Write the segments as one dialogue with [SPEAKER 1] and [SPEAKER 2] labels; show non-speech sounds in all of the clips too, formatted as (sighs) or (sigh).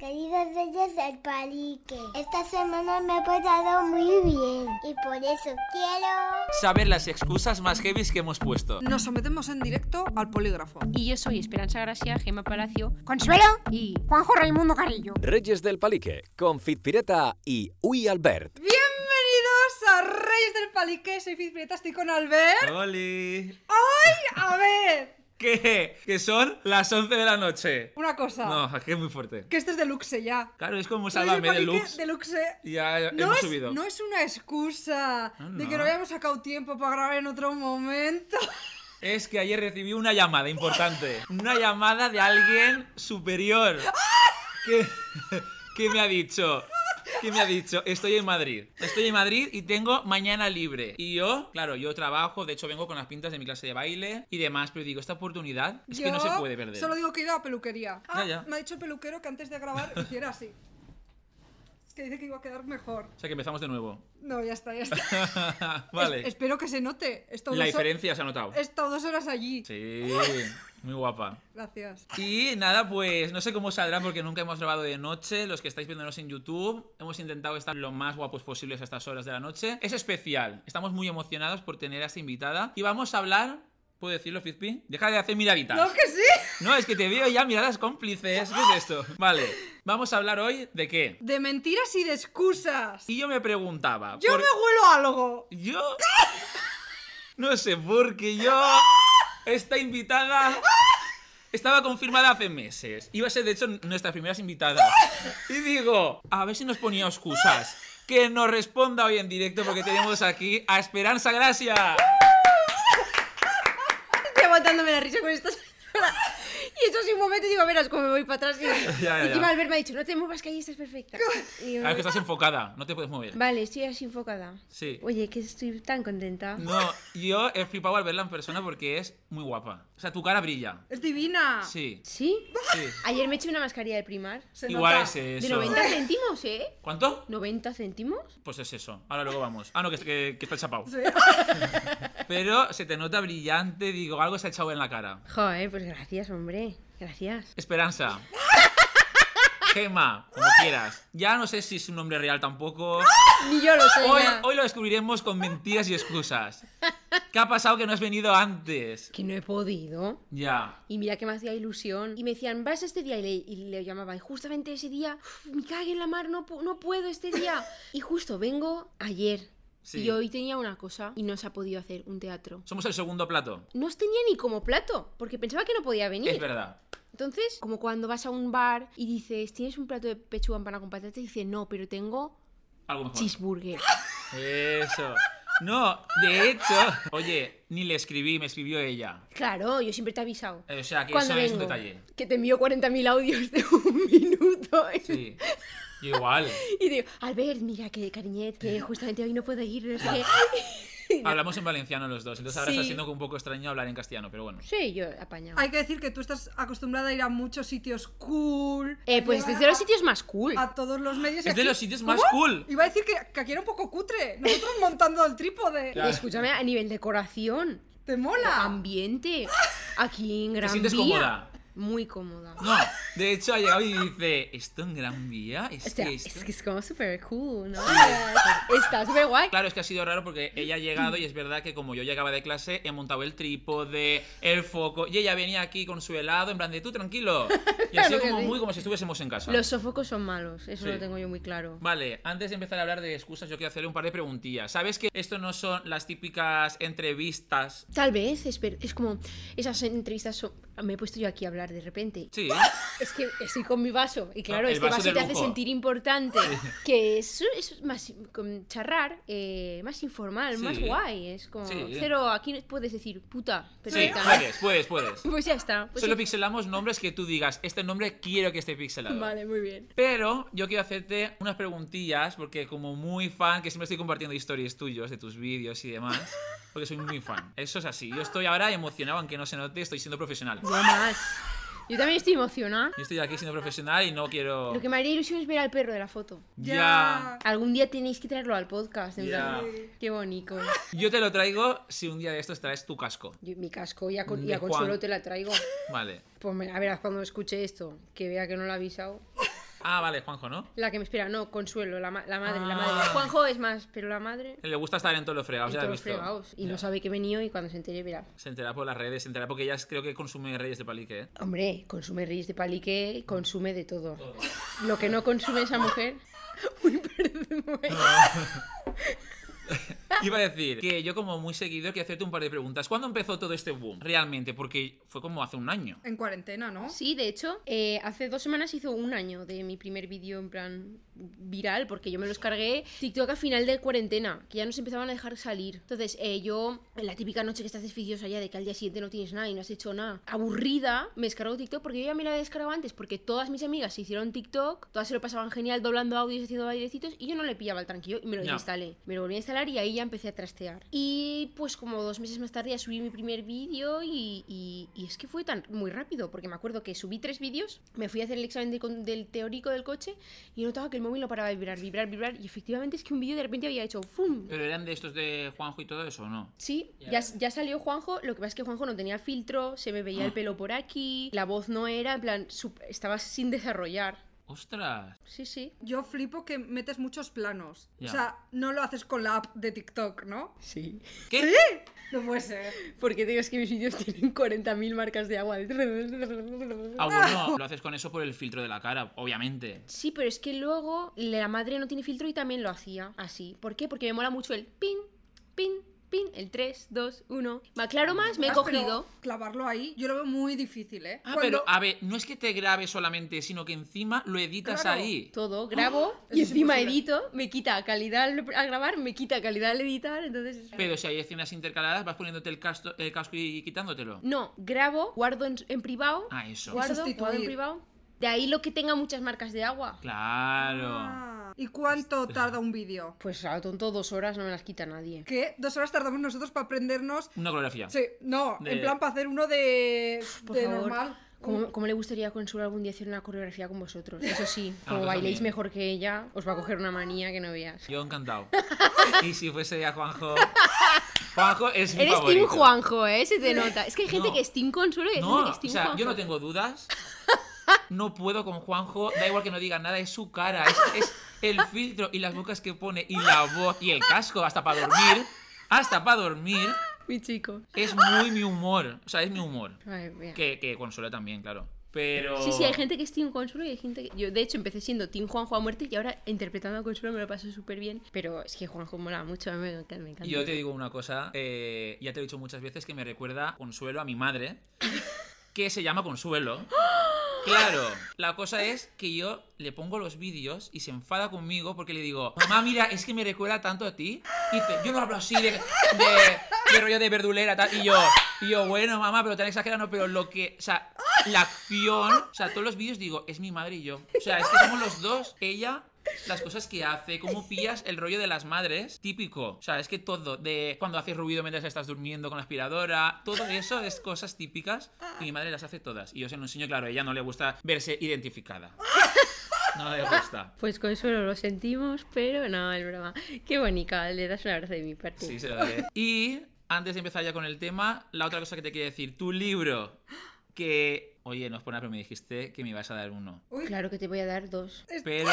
[SPEAKER 1] las veces el palique. Esta semana me ha pasado muy bien y por eso quiero...
[SPEAKER 2] Saber las excusas más heavies que hemos puesto.
[SPEAKER 3] Nos sometemos en directo al polígrafo.
[SPEAKER 4] Y yo soy Esperanza Gracia, Gema Palacio
[SPEAKER 5] Consuelo
[SPEAKER 4] y...
[SPEAKER 5] Juanjo Raimundo Carrillo.
[SPEAKER 6] Reyes del Palique, con Fit Pireta y Uy Albert.
[SPEAKER 3] Bienvenidos a Reyes del Palique, soy Fiz Prieta, estoy con Albert.
[SPEAKER 2] ¡Oli!
[SPEAKER 3] A ver,
[SPEAKER 2] ¿Qué? Que son las 11 de la noche.
[SPEAKER 3] una cosa.
[SPEAKER 2] No, es que es muy fuerte.
[SPEAKER 3] Que esto es deluxe ya.
[SPEAKER 2] Claro, es como
[SPEAKER 3] Reyes del
[SPEAKER 2] Sálvame
[SPEAKER 3] Palique,
[SPEAKER 2] Deluxe.
[SPEAKER 3] deluxe.
[SPEAKER 2] Ya eh,
[SPEAKER 3] No
[SPEAKER 2] hemos
[SPEAKER 3] es,
[SPEAKER 2] subido.
[SPEAKER 3] no es una excusa
[SPEAKER 2] Ah,
[SPEAKER 3] de que
[SPEAKER 2] no.
[SPEAKER 3] no habíamos sacado tiempo para grabar en otro momento.
[SPEAKER 2] Es que ayer recibí una llamada importante. Una llamada de alguien superior. Que, que me ha dicho. Que me ha dicho, estoy en Madrid. Estoy en Madrid y tengo mañana libre. Y yo, claro, yo trabajo, de hecho vengo con las pintas de mi clase de baile y demás, pero digo, esta oportunidad (laughs) es que no se
[SPEAKER 3] Yo
[SPEAKER 2] puede perder.
[SPEAKER 3] Solo digo que he ido a peluquería. Ah,
[SPEAKER 2] ya.
[SPEAKER 3] Me ha dicho el peluquero que antes de grabar hiciera así. Que dice que iba a quedar mejor.
[SPEAKER 2] O sea que empezamos de nuevo. (laughs)
[SPEAKER 3] No, ya está, ya está.
[SPEAKER 2] vale.
[SPEAKER 3] Es- espero que se note. He estado
[SPEAKER 2] La
[SPEAKER 3] dos ho-
[SPEAKER 2] diferencia se ha notado.
[SPEAKER 3] He estado dos horas allí.
[SPEAKER 2] Sí, muy guapa.
[SPEAKER 3] Gracias.
[SPEAKER 2] Y nada, pues no sé cómo saldrá porque nunca hemos grabado de noche. Los que estáis viéndonos en YouTube, hemos intentado estar lo más guapos posibles a estas horas de la noche. Es especial, estamos muy emocionados por tener a esta invitada. Y vamos a hablar, ¿puedo decirlo, Fizpi? Deja de hacer miraditas.
[SPEAKER 3] ¡No, que sí!
[SPEAKER 2] No, es que te veo ya miradas cómplices. ¿Qué es esto? Vale, vamos a hablar hoy de qué.
[SPEAKER 3] De mentiras y de excusas.
[SPEAKER 2] Y yo me preguntaba.
[SPEAKER 3] Yo
[SPEAKER 2] por-
[SPEAKER 3] me huelo algo.
[SPEAKER 2] Yo. (laughs) No sé por qué yo. Esta invitada. Estaba confirmada hace meses. Iba a ser, de hecho, nuestras primeras invitadas. Y digo, a ver si nos ponía excusas. Que nos responda hoy en directo porque tenemos aquí a Esperanza Gracia.
[SPEAKER 7] Estoy aguantándome la risa con esta señora. Y eso sí, un momento digo, verás cómo me voy para atrás. Y,
[SPEAKER 2] ya, ya.
[SPEAKER 7] y encima Albert me ha dicho, no te muevas que ahí estás perfecta. Y digo,
[SPEAKER 2] A ver que estás enfocada, no te puedes mover.
[SPEAKER 7] Vale, estoy así enfocada.
[SPEAKER 2] Sí.
[SPEAKER 7] Oye, que estoy tan contenta.
[SPEAKER 2] No, yo he flipado al verla en persona porque es muy guapa. O sea, tu cara brilla.
[SPEAKER 3] Es divina.
[SPEAKER 7] Ah. (laughs)
[SPEAKER 2] Sí,
[SPEAKER 7] ¿Sí?
[SPEAKER 2] sí.
[SPEAKER 7] Ayer me eché una mascarilla de primar.
[SPEAKER 3] Se
[SPEAKER 2] Igual
[SPEAKER 3] nota.
[SPEAKER 2] es
[SPEAKER 7] De
[SPEAKER 2] eso.
[SPEAKER 7] 90 céntimos, ¿eh?
[SPEAKER 2] ¿Cuánto?
[SPEAKER 7] ¿90 céntimos?
[SPEAKER 2] Pues es eso. Ahora luego vamos. Ah, no, que, que- que está chapado. (laughs) Pero se te nota brillante, digo, algo se ha echado en la cara.
[SPEAKER 7] Joder, pues gracias, hombre. Gracias.
[SPEAKER 2] Esperanza. Gema, como quieras. Ya no sé si es un nombre real tampoco.
[SPEAKER 7] Ni yo lo sé.
[SPEAKER 2] Hoy,
[SPEAKER 7] ya.
[SPEAKER 2] hoy lo descubriremos con mentiras y excusas. ¿Qué ha pasado que no has venido antes?
[SPEAKER 7] Que no he podido.
[SPEAKER 2] Ya.
[SPEAKER 7] Y mira que me hacía ilusión. Y me decían, vas este día. Y le, y le llamaba. Y justamente ese día, "Uf, me cague en la mar, no, pu- no puedo
[SPEAKER 2] (laughs)
[SPEAKER 7] este día. y justo vengo ayer.
[SPEAKER 2] Sí.
[SPEAKER 7] Y hoy tenía una cosa y no se ha podido hacer un teatro.
[SPEAKER 2] Somos el segundo plato.
[SPEAKER 7] No os tenía ni como plato, porque pensaba que no podía venir.
[SPEAKER 2] Es verdad.
[SPEAKER 7] Entonces, como cuando vas a un bar y dices, ¿tienes un plato de pechuga empanada con patata? Y dice, no, pero tengo
[SPEAKER 2] Algo mejor. (laughs)
[SPEAKER 7] cheeseburger.
[SPEAKER 2] Eso. No, de hecho. Oye, ni le escribí, me escribió ella.
[SPEAKER 7] Claro, yo siempre te he avisado.
[SPEAKER 2] Eh, O sea, que
[SPEAKER 7] Cuando
[SPEAKER 2] eso es un
[SPEAKER 7] vengo,
[SPEAKER 2] detalle.
[SPEAKER 7] Que te envío 40.000 audios de un (laughs) minuto.
[SPEAKER 2] Sí. Yo
[SPEAKER 7] (laughs)
[SPEAKER 2] igual.
[SPEAKER 7] Y digo, Albert, mira que cariñet, que justamente hoy no puedo ir, no sé qué.
[SPEAKER 2] Hablamos en valenciano los dos, entonces ahora está
[SPEAKER 7] Sí.
[SPEAKER 2] siendo un poco extraño hablar en castellano, pero bueno.
[SPEAKER 7] Sí, yo apañado.
[SPEAKER 3] Hay que decir que tú estás acostumbrada a ir a muchos sitios cool.
[SPEAKER 7] Eh, pues
[SPEAKER 3] Llevar
[SPEAKER 7] es de los
[SPEAKER 3] a-
[SPEAKER 7] sitios más cool.
[SPEAKER 3] A todos los medios. y
[SPEAKER 2] Es de
[SPEAKER 3] aquí-
[SPEAKER 2] los sitios más
[SPEAKER 3] ¿Cómo?
[SPEAKER 2] cool.
[SPEAKER 3] Iba a decir que, que aquí era un poco cutre.
[SPEAKER 2] (laughs)
[SPEAKER 3] Nosotros montando el trípode.
[SPEAKER 2] Ya.
[SPEAKER 7] Escúchame, a nivel decoración,
[SPEAKER 3] ¿Te mola?
[SPEAKER 7] ambiente, aquí en Gran
[SPEAKER 2] sientes
[SPEAKER 7] Vía,
[SPEAKER 2] cómoda?
[SPEAKER 7] Muy cómoda.
[SPEAKER 2] No, de hecho ha llegado y dice, ¿esto en Gran Vía? ¿Es
[SPEAKER 7] O sea,
[SPEAKER 2] que
[SPEAKER 7] es
[SPEAKER 2] esto-".
[SPEAKER 7] que es como súper cool, ¿no? (laughs) Está súper guay.
[SPEAKER 2] Claro, es que ha sido raro porque ella ha llegado y es verdad que como yo llegaba de clase, he montado el trípode, el foco, y ella venía aquí con su helado, en plan de tú
[SPEAKER 7] (laughs)
[SPEAKER 2] tranquilo. Y ha sido
[SPEAKER 7] Claro que
[SPEAKER 2] como
[SPEAKER 7] sí.
[SPEAKER 2] muy como si estuviésemos en casa.
[SPEAKER 7] Los sofocos son malos, eso
[SPEAKER 2] Sí.
[SPEAKER 7] lo tengo yo muy claro.
[SPEAKER 2] Vale, antes de empezar a hablar de excusas, yo quiero hacerle un par de preguntillas. ¿Sabes que esto no son las típicas entrevistas?
[SPEAKER 7] Tal vez, es, ver- es como esas entrevistas son- Me he puesto yo aquí a hablar de repente. (laughs)
[SPEAKER 2] Sí.
[SPEAKER 7] Es que estoy con mi vaso y claro,
[SPEAKER 2] el
[SPEAKER 7] este
[SPEAKER 2] vaso
[SPEAKER 7] vaso,
[SPEAKER 2] de
[SPEAKER 7] te hace
[SPEAKER 2] lujo.
[SPEAKER 7] sentir importante. Que eso es más con charrar, eh, más informal,
[SPEAKER 2] Sí.
[SPEAKER 7] más guay. Es como
[SPEAKER 2] Sí.
[SPEAKER 7] cero, aquí puedes decir puta,
[SPEAKER 2] Sí,
[SPEAKER 7] perfecta.
[SPEAKER 2] puedes, puedes, puedes.
[SPEAKER 7] (laughs) Pues ya está. pues
[SPEAKER 2] Solo
[SPEAKER 7] ya-
[SPEAKER 2] pixelamos nombres que tú digas, este nombre quiero que esté pixelado.
[SPEAKER 7] Vale, muy bien.
[SPEAKER 2] Pero yo quiero hacerte unas preguntillas, porque como muy fan, que siempre estoy compartiendo historias tuyos, de tus vídeos y
[SPEAKER 7] (laughs)
[SPEAKER 2] demás, porque soy muy fan. Eso es así. Yo estoy ahora emocionado, aunque no se note, estoy siendo profesional.
[SPEAKER 7] Yo más. Yo también estoy emocionada.
[SPEAKER 2] Yo estoy aquí siendo profesional y no quiero...
[SPEAKER 7] Lo que me haría ilusión es ver al perro de la foto.
[SPEAKER 2] Ya.
[SPEAKER 7] Algún día tenéis que traerlo al podcast. en
[SPEAKER 2] Ya.
[SPEAKER 7] plan, Qué bonito.
[SPEAKER 2] Yo te lo traigo si un día de estos traes tu casco.
[SPEAKER 7] Yo- mi casco ya con,
[SPEAKER 2] De
[SPEAKER 7] y a Consuelo
[SPEAKER 2] Juan.
[SPEAKER 7] te la traigo.
[SPEAKER 2] Vale.
[SPEAKER 7] Pues me- a ver, cuando escuche esto, que vea que no lo ha avisado.
[SPEAKER 2] Ah, vale, Juanjo, ¿no?
[SPEAKER 7] La que me espera, no, Consuelo, la, ma- la madre, la
[SPEAKER 2] Ah.
[SPEAKER 7] madre. Juanjo es más, pero la madre.
[SPEAKER 2] Le gusta estar en todos los fregados, ya
[SPEAKER 7] todos
[SPEAKER 2] lo he
[SPEAKER 7] los
[SPEAKER 2] visto.
[SPEAKER 7] fregados. Y
[SPEAKER 2] Ya.
[SPEAKER 7] no sabe que he venido y cuando se entere, verá.
[SPEAKER 2] Se entera por las redes, se entera porque ella es- creo que consume redes de palique, ¿eh?
[SPEAKER 7] Hombre, consume ris de palique, consume de todo. Lo que no consume esa mujer. Uy, perdón.
[SPEAKER 2] Iba a decir que yo como muy seguido quiero hacerte un par de preguntas. ¿Cuándo empezó todo este boom? Realmente, porque fue como hace un año.
[SPEAKER 3] En cuarentena, ¿no?
[SPEAKER 7] Sí, de hecho, eh, hace dos semanas hizo un año de mi primer vídeo en plan viral, porque yo me los cargué TikTok a final de cuarentena, que ya nos empezaban a dejar salir. Entonces, eh, yo, en la típica noche que estás desficiosa ya de que al día siguiente no tienes nada y no has hecho nada, aburrida, me descargo TikTok porque yo ya me la había descargado antes, porque todas mis amigas se hicieron TikTok, todas se lo pasaban genial doblando audios, haciendo bailecitos, y yo no le pillaba el tranquillo y me lo
[SPEAKER 2] Ya.
[SPEAKER 7] desinstalé. Me lo volví a instalar y ahí ya empecé a trastear. Y pues como dos meses más tarde ya subí mi primer vídeo y, y- y es que fue tan muy rápido, porque me acuerdo que subí tres vídeos, me fui a hacer el examen de con- del teórico del coche y notaba que el móvil no paraba de vibrar, vibrar, vibrar, y efectivamente es que un vídeo de repente había hecho ¡fum!
[SPEAKER 2] ¿Pero eran de estos de Juanjo y todo eso o no?
[SPEAKER 7] Sí, ya, ya salió Juanjo, lo que pasa es que Juanjo no tenía filtro, se me veía el pelo por aquí, la voz no era, en plan, sup- estaba sin desarrollar.
[SPEAKER 2] ¡Ostras!
[SPEAKER 7] Sí, sí.
[SPEAKER 3] Yo flipo que metes muchos planos.
[SPEAKER 2] Ya.
[SPEAKER 3] O sea, no lo haces con la app de TikTok, ¿no?
[SPEAKER 7] Sí.
[SPEAKER 2] ¿Qué?
[SPEAKER 3] No puede ser.
[SPEAKER 7] Porque digo, es que mis vídeos tienen 40.000 marcas de agua. (laughs)
[SPEAKER 2] Ah, bueno, lo haces con eso por el filtro de la cara, obviamente.
[SPEAKER 7] Sí, pero es que luego la madre no tiene filtro y también lo hacía así. ¿Por qué? Porque me mola mucho el pin, pin, pin, el 3, 2, 1. Me aclaro más, me he
[SPEAKER 3] Ah, pero
[SPEAKER 7] cogido.
[SPEAKER 3] Clavarlo ahí, yo lo veo muy difícil, ¿eh?
[SPEAKER 2] Ah,
[SPEAKER 3] Cuando-
[SPEAKER 2] pero a ver, no es que te grabes solamente, sino que encima lo editas
[SPEAKER 3] Claro.
[SPEAKER 2] ahí.
[SPEAKER 7] Todo, grabo
[SPEAKER 3] (gasps) eso
[SPEAKER 7] y
[SPEAKER 3] es
[SPEAKER 7] encima
[SPEAKER 3] imposible.
[SPEAKER 7] edito, me quita calidad al al grabar, me quita calidad al editar, entonces...
[SPEAKER 2] Pero si hay escenas intercaladas, vas poniéndote el, casto- el casco y quitándotelo.
[SPEAKER 7] No, grabo, guardo en, en privado,
[SPEAKER 2] Ah, eso.
[SPEAKER 7] guardo,
[SPEAKER 3] Sustituir.
[SPEAKER 7] guardo en privado. De ahí lo que tenga muchas marcas de agua.
[SPEAKER 2] Claro.
[SPEAKER 3] Ah, ¿Y cuánto
[SPEAKER 2] Este.
[SPEAKER 3] tarda un vídeo?
[SPEAKER 7] Pues a lo tonto dos horas no me las quita nadie.
[SPEAKER 3] Que dos horas tardamos nosotros para aprendernos.
[SPEAKER 2] Una coreografía.
[SPEAKER 3] Sí, no,
[SPEAKER 2] De-
[SPEAKER 3] en plan para hacer uno de,
[SPEAKER 7] Por
[SPEAKER 3] de
[SPEAKER 7] favor.
[SPEAKER 3] normal.
[SPEAKER 7] ¿Cómo, cómo le gustaría a Consuelo algún día hacer una coreografía con vosotros? Eso (laughs) sí,
[SPEAKER 2] Ah,
[SPEAKER 7] como
[SPEAKER 2] nosotros
[SPEAKER 7] bailéis
[SPEAKER 2] también.
[SPEAKER 7] mejor que ella, os va a coger una manía que no veas.
[SPEAKER 2] Yo
[SPEAKER 7] (laughs)
[SPEAKER 2] encantado. y si fuese a Juanjo. Juanjo es mi
[SPEAKER 7] Eres
[SPEAKER 2] favorito.
[SPEAKER 7] Team Juanjo, ¿eh? Se te nota. Es que hay gente
[SPEAKER 2] No.
[SPEAKER 7] que es Team Consuelo y hay
[SPEAKER 2] No,
[SPEAKER 7] gente que
[SPEAKER 2] o
[SPEAKER 7] es Team
[SPEAKER 2] sea,
[SPEAKER 7] Juanjo.
[SPEAKER 2] yo no tengo
[SPEAKER 7] (laughs)
[SPEAKER 2] dudas. No puedo con Juanjo. Da igual que no diga nada, es su cara, es, es el filtro y las bocas que pone y la voz y el casco hasta para dormir. Hasta para dormir.
[SPEAKER 7] Mi chico.
[SPEAKER 2] Es muy mi humor. O sea, es mi humor.
[SPEAKER 7] Ay, mira.
[SPEAKER 2] Que, que consuela también, claro. Pero.
[SPEAKER 7] Sí, sí, hay gente que es Team Consuelo y hay gente que... Yo, de hecho, empecé siendo Team Juanjo a muerte y ahora interpretando a Consuelo me lo paso súper bien. Pero es que Juanjo mola mucho, a mí me encanta. Me encanta.
[SPEAKER 2] Yo te digo una cosa, eh, ya te lo he dicho muchas veces que me recuerda Consuelo a mi madre, que se llama Consuelo. Claro, la cosa es que yo le pongo los vídeos y se enfada conmigo porque le digo, mamá, mira, es que me recuerda tanto a ti. Y dice, yo no hablo así de, de- de rollo de verdulera, tal. Y yo, y yo, bueno, mamá, pero tan exagerado, no, pero lo que, o sea, la acción, o sea, todos los vídeos digo, es mi madre y yo. O sea, es que somos los dos, ella. Las cosas que hace, cómo pillas el rollo de las madres, típico. O sea, es que todo, de cuando haces ruido mientras estás durmiendo con la aspiradora, todo eso es cosas típicas y mi madre las hace todas. Y yo se lo enseño, claro, a ella no le gusta verse identificada. No le gusta.
[SPEAKER 7] Pues Consuelo, lo sentimos, pero no, es broma. Qué bonita, le das un abrazo de mi parte.
[SPEAKER 2] Sí, se lo daré. Y antes de empezar ya con el tema, la otra cosa que te quería decir, tu libro, que, oye, no es por nada, pero me dijiste que me ibas a dar uno.
[SPEAKER 3] Uy,
[SPEAKER 7] Claro que te voy a dar dos.
[SPEAKER 2] Pero,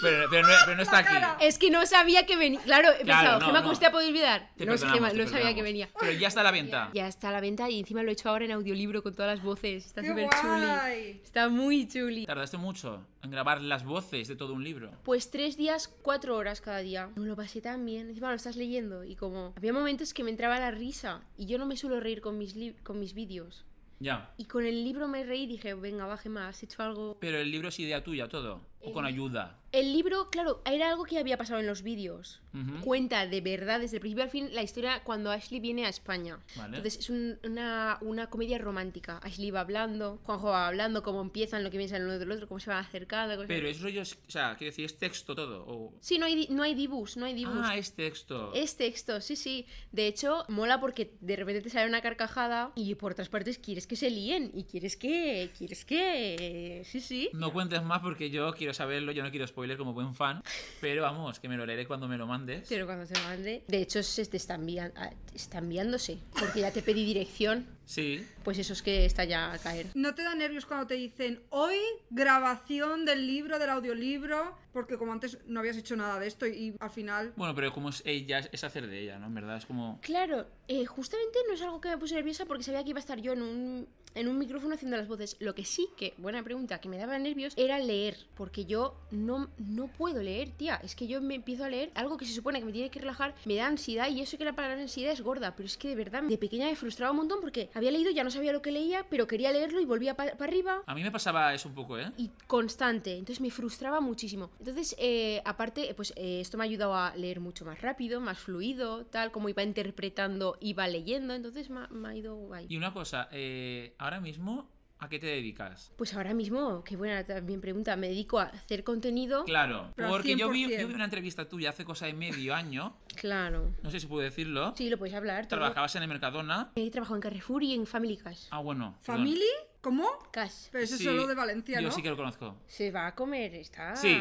[SPEAKER 2] pero, pero no, pero no está aquí.
[SPEAKER 7] Es que no sabía que venía. Claro, he pensado,
[SPEAKER 2] no,
[SPEAKER 7] Gema,
[SPEAKER 2] no.
[SPEAKER 7] ¿cómo se te ha podido olvidar?
[SPEAKER 2] Te
[SPEAKER 7] no es
[SPEAKER 2] perdonamos,
[SPEAKER 7] Gema,
[SPEAKER 2] te
[SPEAKER 7] no sabía que
[SPEAKER 2] perdonamos.
[SPEAKER 7] venía.
[SPEAKER 2] Pero ya está a la venta.
[SPEAKER 7] Ya está a la venta y encima lo he hecho ahora en audiolibro con todas las voces. Está
[SPEAKER 3] ¡Qué
[SPEAKER 7] súper chuli.
[SPEAKER 3] guay!
[SPEAKER 7] Está muy chuli.
[SPEAKER 2] Tardaste mucho en grabar las voces de todo un libro.
[SPEAKER 7] Pues tres días, cuatro horas cada día. No lo pasé tan bien. Encima lo estás leyendo y como... Había momentos que me entraba la risa y yo no me suelo reír con mis, li- con mis vídeos.
[SPEAKER 2] Ya.
[SPEAKER 7] Y con el libro me reí y dije, venga, baje más, has hecho algo...
[SPEAKER 2] Pero el libro es idea tuya, todo. O
[SPEAKER 7] Eh,
[SPEAKER 2] con ayuda.
[SPEAKER 7] El libro, claro, era algo que ya había pasado en los vídeos.
[SPEAKER 2] Ujú.
[SPEAKER 7] Cuenta de verdad, desde el principio al fin, la historia cuando Ashley viene a España.
[SPEAKER 2] Vale.
[SPEAKER 7] Entonces es un- una, una comedia romántica. Ashley va hablando, Juanjo va hablando, cómo empiezan, lo que piensan el uno del otro, cómo se van acercando. cómo se-
[SPEAKER 2] Pero es rollo, es- o sea, quiero decir, es texto todo. o-
[SPEAKER 7] Sí, no hay, di- no hay dibus, no hay dibus.
[SPEAKER 2] Ah, es texto.
[SPEAKER 7] pues Es texto, sí, sí. De hecho, mola porque de repente te sale una carcajada y por otras partes quieres que se líen y quieres que, quieres que, sí, sí.
[SPEAKER 2] No cuentes más porque yo quiero saberlo, yo no quiero spoilers como buen fan, pero vamos, que me lo leeré cuando me lo mandes.
[SPEAKER 7] Pero cuando te mande. De hecho, se te está, envia- ah, está enviándose. Porque ya te pedí dirección.
[SPEAKER 2] Sí,
[SPEAKER 7] Pues eso es que está ya a caer.
[SPEAKER 3] ¿No te da nervios cuando te dicen hoy grabación del libro, del audiolibro? Porque como antes no habías hecho nada de esto y, y al final...
[SPEAKER 2] bueno, pero como es ella, es hacer de ella, ¿no? En verdad, es como...
[SPEAKER 7] Claro, eh, justamente no es algo que me puse nerviosa porque sabía que iba a estar yo en un, en un micrófono haciendo las voces. Lo que sí que, buena pregunta, que me daba nervios era leer, porque yo no, no puedo leer, tía. Es que yo me empiezo a leer algo que se supone que me tiene que relajar, me da ansiedad y eso que la palabra ansiedad es gorda, pero es que de verdad de pequeña me frustraba un montón porque había leído, ya no sabía lo que leía, pero quería leerlo y volvía para arriba
[SPEAKER 2] A mí me pasaba eso un poco, ¿eh?
[SPEAKER 7] y constante. Entonces me frustraba muchísimo. Entonces, eh, aparte, pues eh, esto me ha ayudado a leer mucho más rápido, más fluido, tal, como iba interpretando, iba leyendo. Entonces me, ha- me ha ido guay.
[SPEAKER 2] Y una cosa, eh, ahora mismo, ¿a qué te dedicas?
[SPEAKER 7] Pues ahora mismo, qué buena también pregunta, me dedico a hacer contenido.
[SPEAKER 2] Claro,
[SPEAKER 3] Pero al
[SPEAKER 2] porque yo vi,
[SPEAKER 3] 100%.
[SPEAKER 2] yo vi una entrevista tuya hace cosa de medio año,
[SPEAKER 7] Claro.
[SPEAKER 2] no sé si puedo decirlo.
[SPEAKER 7] Sí, lo puedes hablar. todo.
[SPEAKER 2] Trabajabas en el Mercadona.
[SPEAKER 7] He trabajado en Carrefour y en Family Cash.
[SPEAKER 2] Ah, bueno. perdón.
[SPEAKER 3] ¿Family? ¿Cómo?
[SPEAKER 7] Cash.
[SPEAKER 3] Pero eso
[SPEAKER 2] Sí,
[SPEAKER 3] es solo de Valencia,
[SPEAKER 2] Yo
[SPEAKER 3] ¿no?
[SPEAKER 2] sí que lo conozco.
[SPEAKER 7] Se va a comer, está.
[SPEAKER 2] Sí.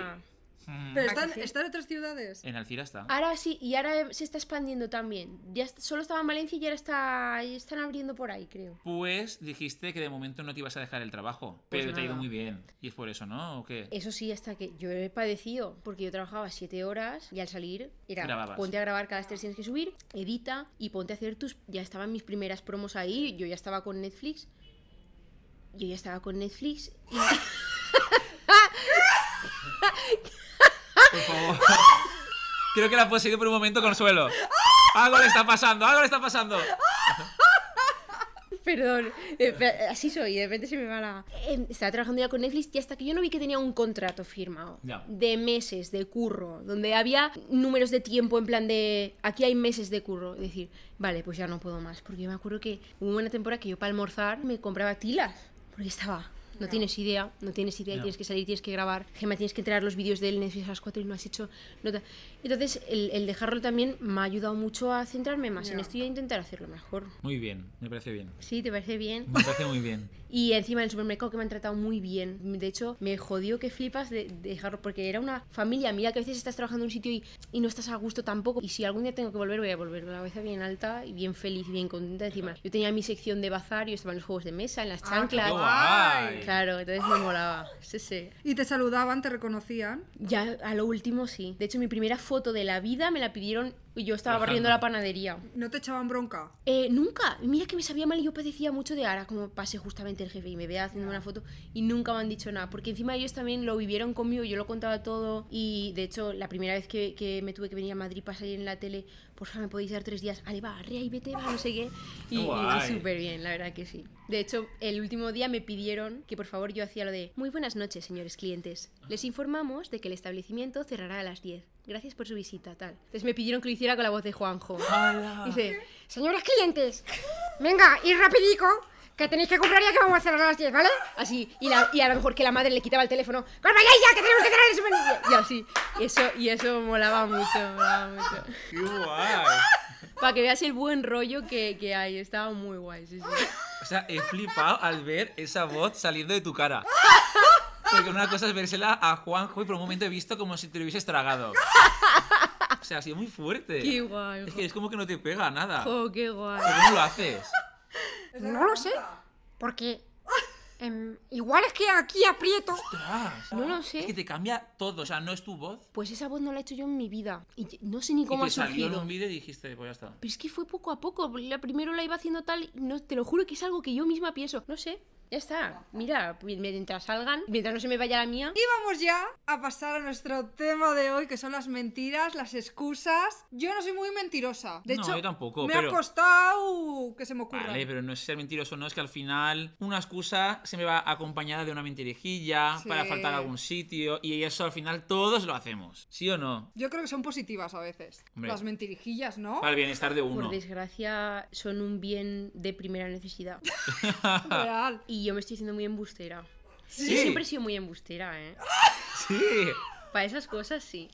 [SPEAKER 2] Mm,
[SPEAKER 3] Pero
[SPEAKER 7] ¿A
[SPEAKER 3] están,
[SPEAKER 7] que sí?
[SPEAKER 3] están en otras ciudades.
[SPEAKER 2] En Alcira está.
[SPEAKER 3] Ah.
[SPEAKER 7] Ahora sí, y ahora se está expandiendo también. Ya est- solo estaba en Valencia y ahora está, están abriendo por ahí, creo.
[SPEAKER 2] Pues dijiste que de momento no te ibas a dejar el trabajo,
[SPEAKER 7] Pues
[SPEAKER 2] pero te ha ido
[SPEAKER 7] nada.
[SPEAKER 2] muy bien. ¿Y es por eso, no? ¿O
[SPEAKER 3] Eh.
[SPEAKER 2] qué?
[SPEAKER 7] Eso sí, hasta que yo he padecido, porque yo trabajaba siete horas y al salir era
[SPEAKER 2] Grababas.
[SPEAKER 7] ponte a grabar cada tres tienes que subir, edita y ponte a hacer tus. Ya estaban mis primeras promos ahí, yo ya estaba con Netflix. Yo ya estaba con Netflix y
[SPEAKER 2] Por favor. Creo que la has poseído por un momento, Consuelo.
[SPEAKER 3] ¡Ah!
[SPEAKER 2] Algo le está pasando, algo le está pasando.
[SPEAKER 7] Perdón, eh, pero así soy, de repente se me va la... Eh, estaba trabajando ya con Netflix y hasta que yo no vi que tenía un contrato firmado
[SPEAKER 2] Ya.
[SPEAKER 7] de meses de curro, donde había números de tiempo en plan de... Aquí hay meses de curro, decir, vale, pues ya no puedo más, porque yo me acuerdo que hubo una temporada que yo para almorzar me compraba tilas, porque estaba... No tienes idea, no tienes idea, y
[SPEAKER 2] Ya.
[SPEAKER 7] tienes que salir, tienes que grabar, Gemma, tienes que entregar los vídeos del Netflix a las 4 y no has hecho... no te- Entonces, el, el dejarlo también me ha ayudado mucho a centrarme más en
[SPEAKER 3] Ya.
[SPEAKER 7] esto y a intentar hacerlo mejor.
[SPEAKER 2] Muy bien, me parece bien.
[SPEAKER 7] Sí, ¿te parece bien?
[SPEAKER 2] Me parece muy bien.
[SPEAKER 7] Y encima en el supermercado que me han tratado muy bien. De hecho, me jodió que flipas de, de dejarlo. Porque era una familia. Mira que a veces estás trabajando en un sitio y, y no estás a gusto tampoco. Y si algún día tengo que volver, voy a volver con la cabeza bien alta y bien feliz y bien contenta. Encima, yo tenía mi sección de bazar, yo estaba en los juegos de mesa, en las
[SPEAKER 3] Ah,
[SPEAKER 7] chanclas.
[SPEAKER 2] qué guay.
[SPEAKER 7] Claro, entonces me molaba. Sí, sí.
[SPEAKER 3] Y te saludaban, te reconocían.
[SPEAKER 7] Ya a lo último sí. De hecho, mi primera foto de la vida me la pidieron y yo estaba barriendo la panadería.
[SPEAKER 3] ¿No te echaban bronca?
[SPEAKER 7] Eh, nunca. Mira que me sabía mal y yo padecía mucho de ahora, como pase justamente el jefe y me vea haciendo una foto y nunca me han dicho nada. Porque encima ellos también lo vivieron conmigo, yo lo contaba todo. Y de hecho, la primera vez que, que me tuve que venir a Madrid para salir en la tele, por favor, me podéis dar tres días. Ale, va, arrea y vete, va, no sé qué. Y, y
[SPEAKER 2] Guay.
[SPEAKER 7] súper bien, la verdad que sí. De hecho, el último día me pidieron que por favor yo hacía lo de Muy buenas noches, señores clientes. Les informamos de que el establecimiento cerrará a las 10. Gracias por su visita, tal. Entonces me pidieron que lo hiciera con la voz de Juanjo. Dice,
[SPEAKER 5] Señores clientes, venga, ir rapidico, que tenéis que comprar ya que vamos a cerrar a las 10, ¿vale?
[SPEAKER 7] así, y, la- y a lo mejor que la madre le quitaba el teléfono,
[SPEAKER 5] ¡Que os vayáis ya, que tenemos que cerrar el supermercado!
[SPEAKER 7] y así, eso, y eso molaba mucho, molaba mucho.
[SPEAKER 2] ¡Qué guay!
[SPEAKER 7] Para que veas el buen rollo que, que hay, estaba muy guay, sí, sí.
[SPEAKER 2] O sea, he flipado al ver esa voz saliendo de tu cara. Porque una cosa es versela a Juanjo y por un momento he visto como si te lo hubieses tragado. O sea, ha sido muy fuerte.
[SPEAKER 7] Qué guay,
[SPEAKER 2] Es que es como que no te pega nada.
[SPEAKER 7] jo, Oh, qué guay.
[SPEAKER 2] ¿Pero ¿Cómo lo haces?
[SPEAKER 5] No lo sé, porque em, igual es que aquí aprieto.
[SPEAKER 2] ¡Ostras!
[SPEAKER 7] No lo sé.
[SPEAKER 2] Es que te cambia todo, o sea, no es tu voz.
[SPEAKER 7] Pues esa voz no la he hecho yo en mi vida, y que- no sé ni
[SPEAKER 2] Y
[SPEAKER 7] cómo
[SPEAKER 2] te
[SPEAKER 7] ha
[SPEAKER 2] salió en
[SPEAKER 7] surgido.
[SPEAKER 2] un vídeo y dijiste, pues ya está.
[SPEAKER 7] Pero es que fue poco a poco, la primero la iba haciendo tal, y no, te lo juro que es algo que yo misma pienso, no sé. Ya está, mira, mientras salgan, mientras no se me vaya la mía,
[SPEAKER 3] Y vamos ya a pasar a nuestro tema de hoy, que son las mentiras, las excusas. Yo no soy muy mentirosa. De
[SPEAKER 2] No,
[SPEAKER 3] hecho,
[SPEAKER 2] yo tampoco,
[SPEAKER 3] me
[SPEAKER 2] pero-
[SPEAKER 3] ha costado que se me ocurra.
[SPEAKER 2] Vale, pero no es ser mentiroso, no es que al final una excusa se me va acompañada de una mentirijilla
[SPEAKER 3] Sí.
[SPEAKER 2] para faltar a algún sitio y eso al final todos lo hacemos, ¿sí o no?
[SPEAKER 3] Yo creo que son positivas a veces.
[SPEAKER 2] Hombre.
[SPEAKER 3] Las mentirijillas, ¿no?
[SPEAKER 2] Para el bienestar de
[SPEAKER 7] por
[SPEAKER 2] uno.
[SPEAKER 7] desgracia, son un bien de primera necesidad.
[SPEAKER 3] (laughs) Real.
[SPEAKER 7] Y yo me estoy haciendo muy embustera.
[SPEAKER 2] Sí.
[SPEAKER 7] Yo siempre he sido muy embustera, ¿eh?
[SPEAKER 2] Sí.
[SPEAKER 7] Para esas cosas sí.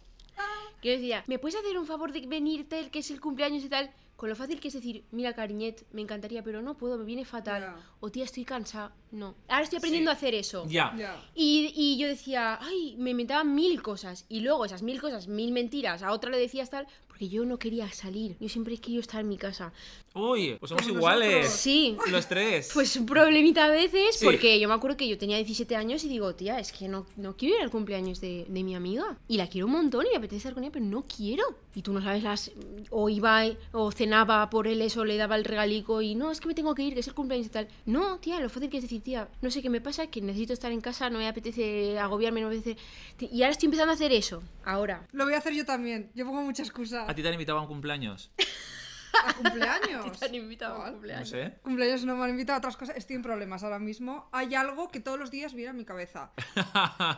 [SPEAKER 7] Que yo decía, ¿me puedes hacer un favor de venirte el que es el cumpleaños y tal? Con lo fácil que es decir, mira, cariñet, me encantaría, pero no puedo, me viene fatal.
[SPEAKER 3] Ya.
[SPEAKER 7] O tía, estoy cansada. No. Ahora estoy aprendiendo a hacer eso.
[SPEAKER 2] Ya.
[SPEAKER 3] Ya.
[SPEAKER 7] Y, y yo decía, ay, me inventaba mil cosas. Y luego esas mil cosas, mil mentiras. A otra le decías tal, porque yo no quería salir. Yo siempre he querido estar en mi casa.
[SPEAKER 2] Uy, pues somos
[SPEAKER 3] Como
[SPEAKER 2] iguales.
[SPEAKER 3] nosotros.
[SPEAKER 7] Sí.
[SPEAKER 2] Los tres.
[SPEAKER 7] Pues un problemita a veces,
[SPEAKER 2] Sí.
[SPEAKER 7] porque yo me acuerdo que yo tenía 17 años y digo, tía, es que no, no quiero ir al cumpleaños de, de mi amiga. Y la quiero un montón y me apetece estar con ella, pero no quiero. Y tú no sabes las... O iba o cenaba por él eso, le daba el regalico y no, es que me tengo que ir, que es el cumpleaños y tal. No, tía, lo fácil que es decir, tía, no sé qué me pasa, que necesito estar en casa, no me apetece agobiarme, no me apetece... Y ahora estoy empezando a hacer eso, ahora.
[SPEAKER 3] Lo voy a hacer yo también. Yo pongo muchas
[SPEAKER 2] ¿A
[SPEAKER 3] excusas.
[SPEAKER 2] ti te han invitado a un cumpleaños?
[SPEAKER 7] Este
[SPEAKER 2] (laughs)
[SPEAKER 3] ¿A cumpleaños? ¿Cuál?
[SPEAKER 2] No sé. (laughs)
[SPEAKER 3] Cumpleaños no me han invitado a otras cosas. Estoy en problemas ahora mismo. Hay algo que todos los días viene a mi
[SPEAKER 2] (laughs)
[SPEAKER 3] cabeza.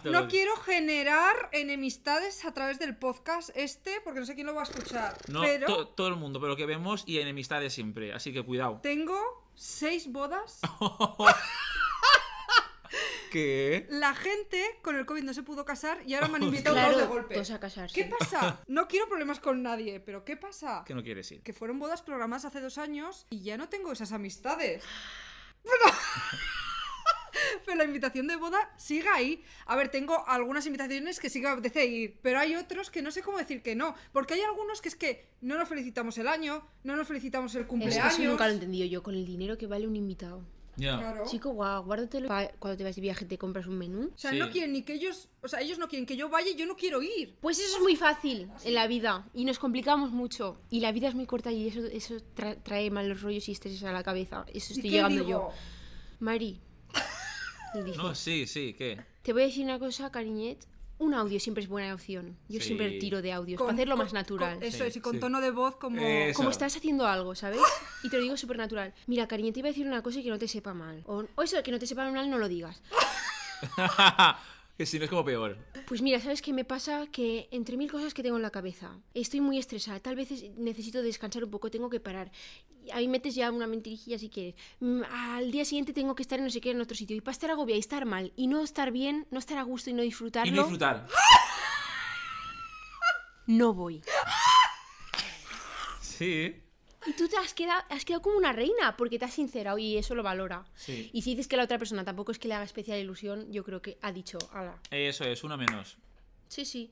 [SPEAKER 2] Te
[SPEAKER 3] No
[SPEAKER 2] lo-
[SPEAKER 3] quiero generar enemistades a través del podcast este, porque no sé quién lo va a escuchar.
[SPEAKER 2] No,
[SPEAKER 3] pero
[SPEAKER 2] to- todo el mundo, pero lo que vemos y enemistades siempre, así que cuidado.
[SPEAKER 3] tengo seis
[SPEAKER 7] (laughs)
[SPEAKER 3] bodas.
[SPEAKER 2] ¿Qué?
[SPEAKER 3] La gente con el COVID no se pudo casar y ahora
[SPEAKER 7] (laughs)
[SPEAKER 3] me han invitado
[SPEAKER 7] Claro,
[SPEAKER 3] todos de golpe.
[SPEAKER 7] todos a casarse.
[SPEAKER 3] ¿Qué
[SPEAKER 7] (laughs)
[SPEAKER 3] pasa? No quiero problemas con nadie, pero ¿qué pasa?
[SPEAKER 2] Que no quieres ir.
[SPEAKER 3] Que fueron bodas programadas hace dos años y ya no tengo esas
[SPEAKER 7] (sighs)
[SPEAKER 3] amistades. (laughs) Pero, pero la invitación de boda sigue ahí. A ver, tengo algunas invitaciones que sí que me apetece ir, pero hay otros que no sé cómo decir que no. Porque hay algunos que es que no nos felicitamos el año, no nos felicitamos el
[SPEAKER 7] Eso,
[SPEAKER 3] cumpleaños.
[SPEAKER 7] eso nunca lo he entendido yo, con el dinero que vale un invitado.
[SPEAKER 2] Ya.
[SPEAKER 3] Claro.
[SPEAKER 7] Chico, guau, guárdatelo pa- cuando te vas de viaje te compras un menú.
[SPEAKER 3] O sea,
[SPEAKER 2] Sí.
[SPEAKER 3] no quieren ni que ellos, o sea, ellos no quieren que yo vaya y yo no quiero ir.
[SPEAKER 7] Pues eso es muy fácil en la vida y nos complicamos mucho. Y la vida es muy corta y eso, eso tra- trae malos rollos y estrés a la cabeza. Eso
[SPEAKER 3] ¿Y
[SPEAKER 7] estoy
[SPEAKER 3] qué
[SPEAKER 7] llegando
[SPEAKER 3] digo?
[SPEAKER 7] yo.
[SPEAKER 3] (laughs)
[SPEAKER 7] Mari, le dije,
[SPEAKER 2] No, sí, sí, ¿qué? (laughs)
[SPEAKER 7] te voy a decir una cosa, cariñet. Un audio siempre es buena opción. Yo
[SPEAKER 2] Sí.
[SPEAKER 7] siempre tiro de audios
[SPEAKER 3] Con-
[SPEAKER 7] para hacerlo
[SPEAKER 3] con-
[SPEAKER 7] más natural.
[SPEAKER 3] con- eso
[SPEAKER 2] Sí,
[SPEAKER 3] es, y con
[SPEAKER 2] sí. Eh,
[SPEAKER 3] tono de voz como...
[SPEAKER 2] Eso.
[SPEAKER 7] Como estás haciendo algo, ¿sabes? Y te lo digo súper natural. Mira, cariñet, te iba a decir una cosa y que no te sepa mal. O, o eso, que no te sepa mal, no lo digas.
[SPEAKER 2] que si no es como peor.
[SPEAKER 7] Pues mira, ¿sabes qué me pasa? Que entre mil cosas que tengo en la cabeza, estoy muy estresada, tal vez es- necesito descansar un poco, tengo que parar. Y Ahí metes ya una mentirijilla si quieres. Mm, Al día siguiente tengo que estar en no sé qué, en otro sitio. Y para estar agobiada y estar mal, y no estar bien, no estar a gusto y no disfrutarlo,
[SPEAKER 2] Y no disfrutar.
[SPEAKER 7] no voy.
[SPEAKER 2] Sí.
[SPEAKER 7] Y tú te has quedado, has quedado como una reina, porque te has sincerado y eso lo valora.
[SPEAKER 2] Sí.
[SPEAKER 7] Y si dices que la otra persona tampoco es que le haga especial ilusión, yo creo que ha dicho, ala.
[SPEAKER 2] Eso es, uno menos.
[SPEAKER 7] Sí, sí.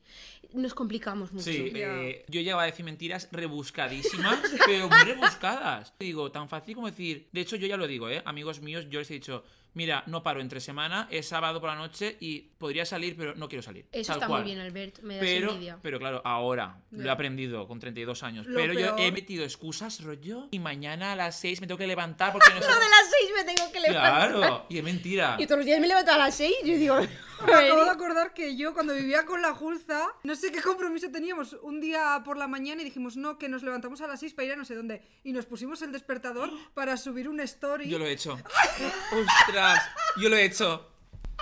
[SPEAKER 7] Nos complicamos mucho.
[SPEAKER 2] Sí,
[SPEAKER 3] Ya.
[SPEAKER 2] eh, yo llegaba a decir mentiras rebuscadísimas, pero muy rebuscadas. Digo, tan fácil como decir, de hecho yo ya lo digo, ¿eh? Amigos míos, yo les he dicho, mira, no paro entre semana, es sábado por la noche y podría salir, pero no quiero salir.
[SPEAKER 7] Eso
[SPEAKER 2] Tal
[SPEAKER 7] está
[SPEAKER 2] cual.
[SPEAKER 7] muy bien, Albert. Me das
[SPEAKER 2] Pero,
[SPEAKER 7] envidia.
[SPEAKER 2] pero claro, ahora lo he
[SPEAKER 3] Ya.
[SPEAKER 2] aprendido con 32 años.
[SPEAKER 3] Lo
[SPEAKER 2] pero yo he
[SPEAKER 3] peor.
[SPEAKER 2] metido excusas, rollo, y mañana a las 6 me tengo que levantar porque no sé.
[SPEAKER 7] A las 6 me tengo que levantar.
[SPEAKER 2] Claro, y es mentira.
[SPEAKER 7] Y todos los días me levanto a las 6 y yo digo,
[SPEAKER 3] (laughs)
[SPEAKER 7] (laughs)
[SPEAKER 3] Me acabo de acordar que yo cuando vivía con la Julza, no sé qué compromiso teníamos. Un día por la mañana y dijimos, no, que nos levantamos a las 6 para ir a no sé dónde. Y nos pusimos el
[SPEAKER 2] (gasps)
[SPEAKER 3] despertador para subir una story.
[SPEAKER 2] Yo lo he hecho. ¡Ostras! Yo lo he hecho.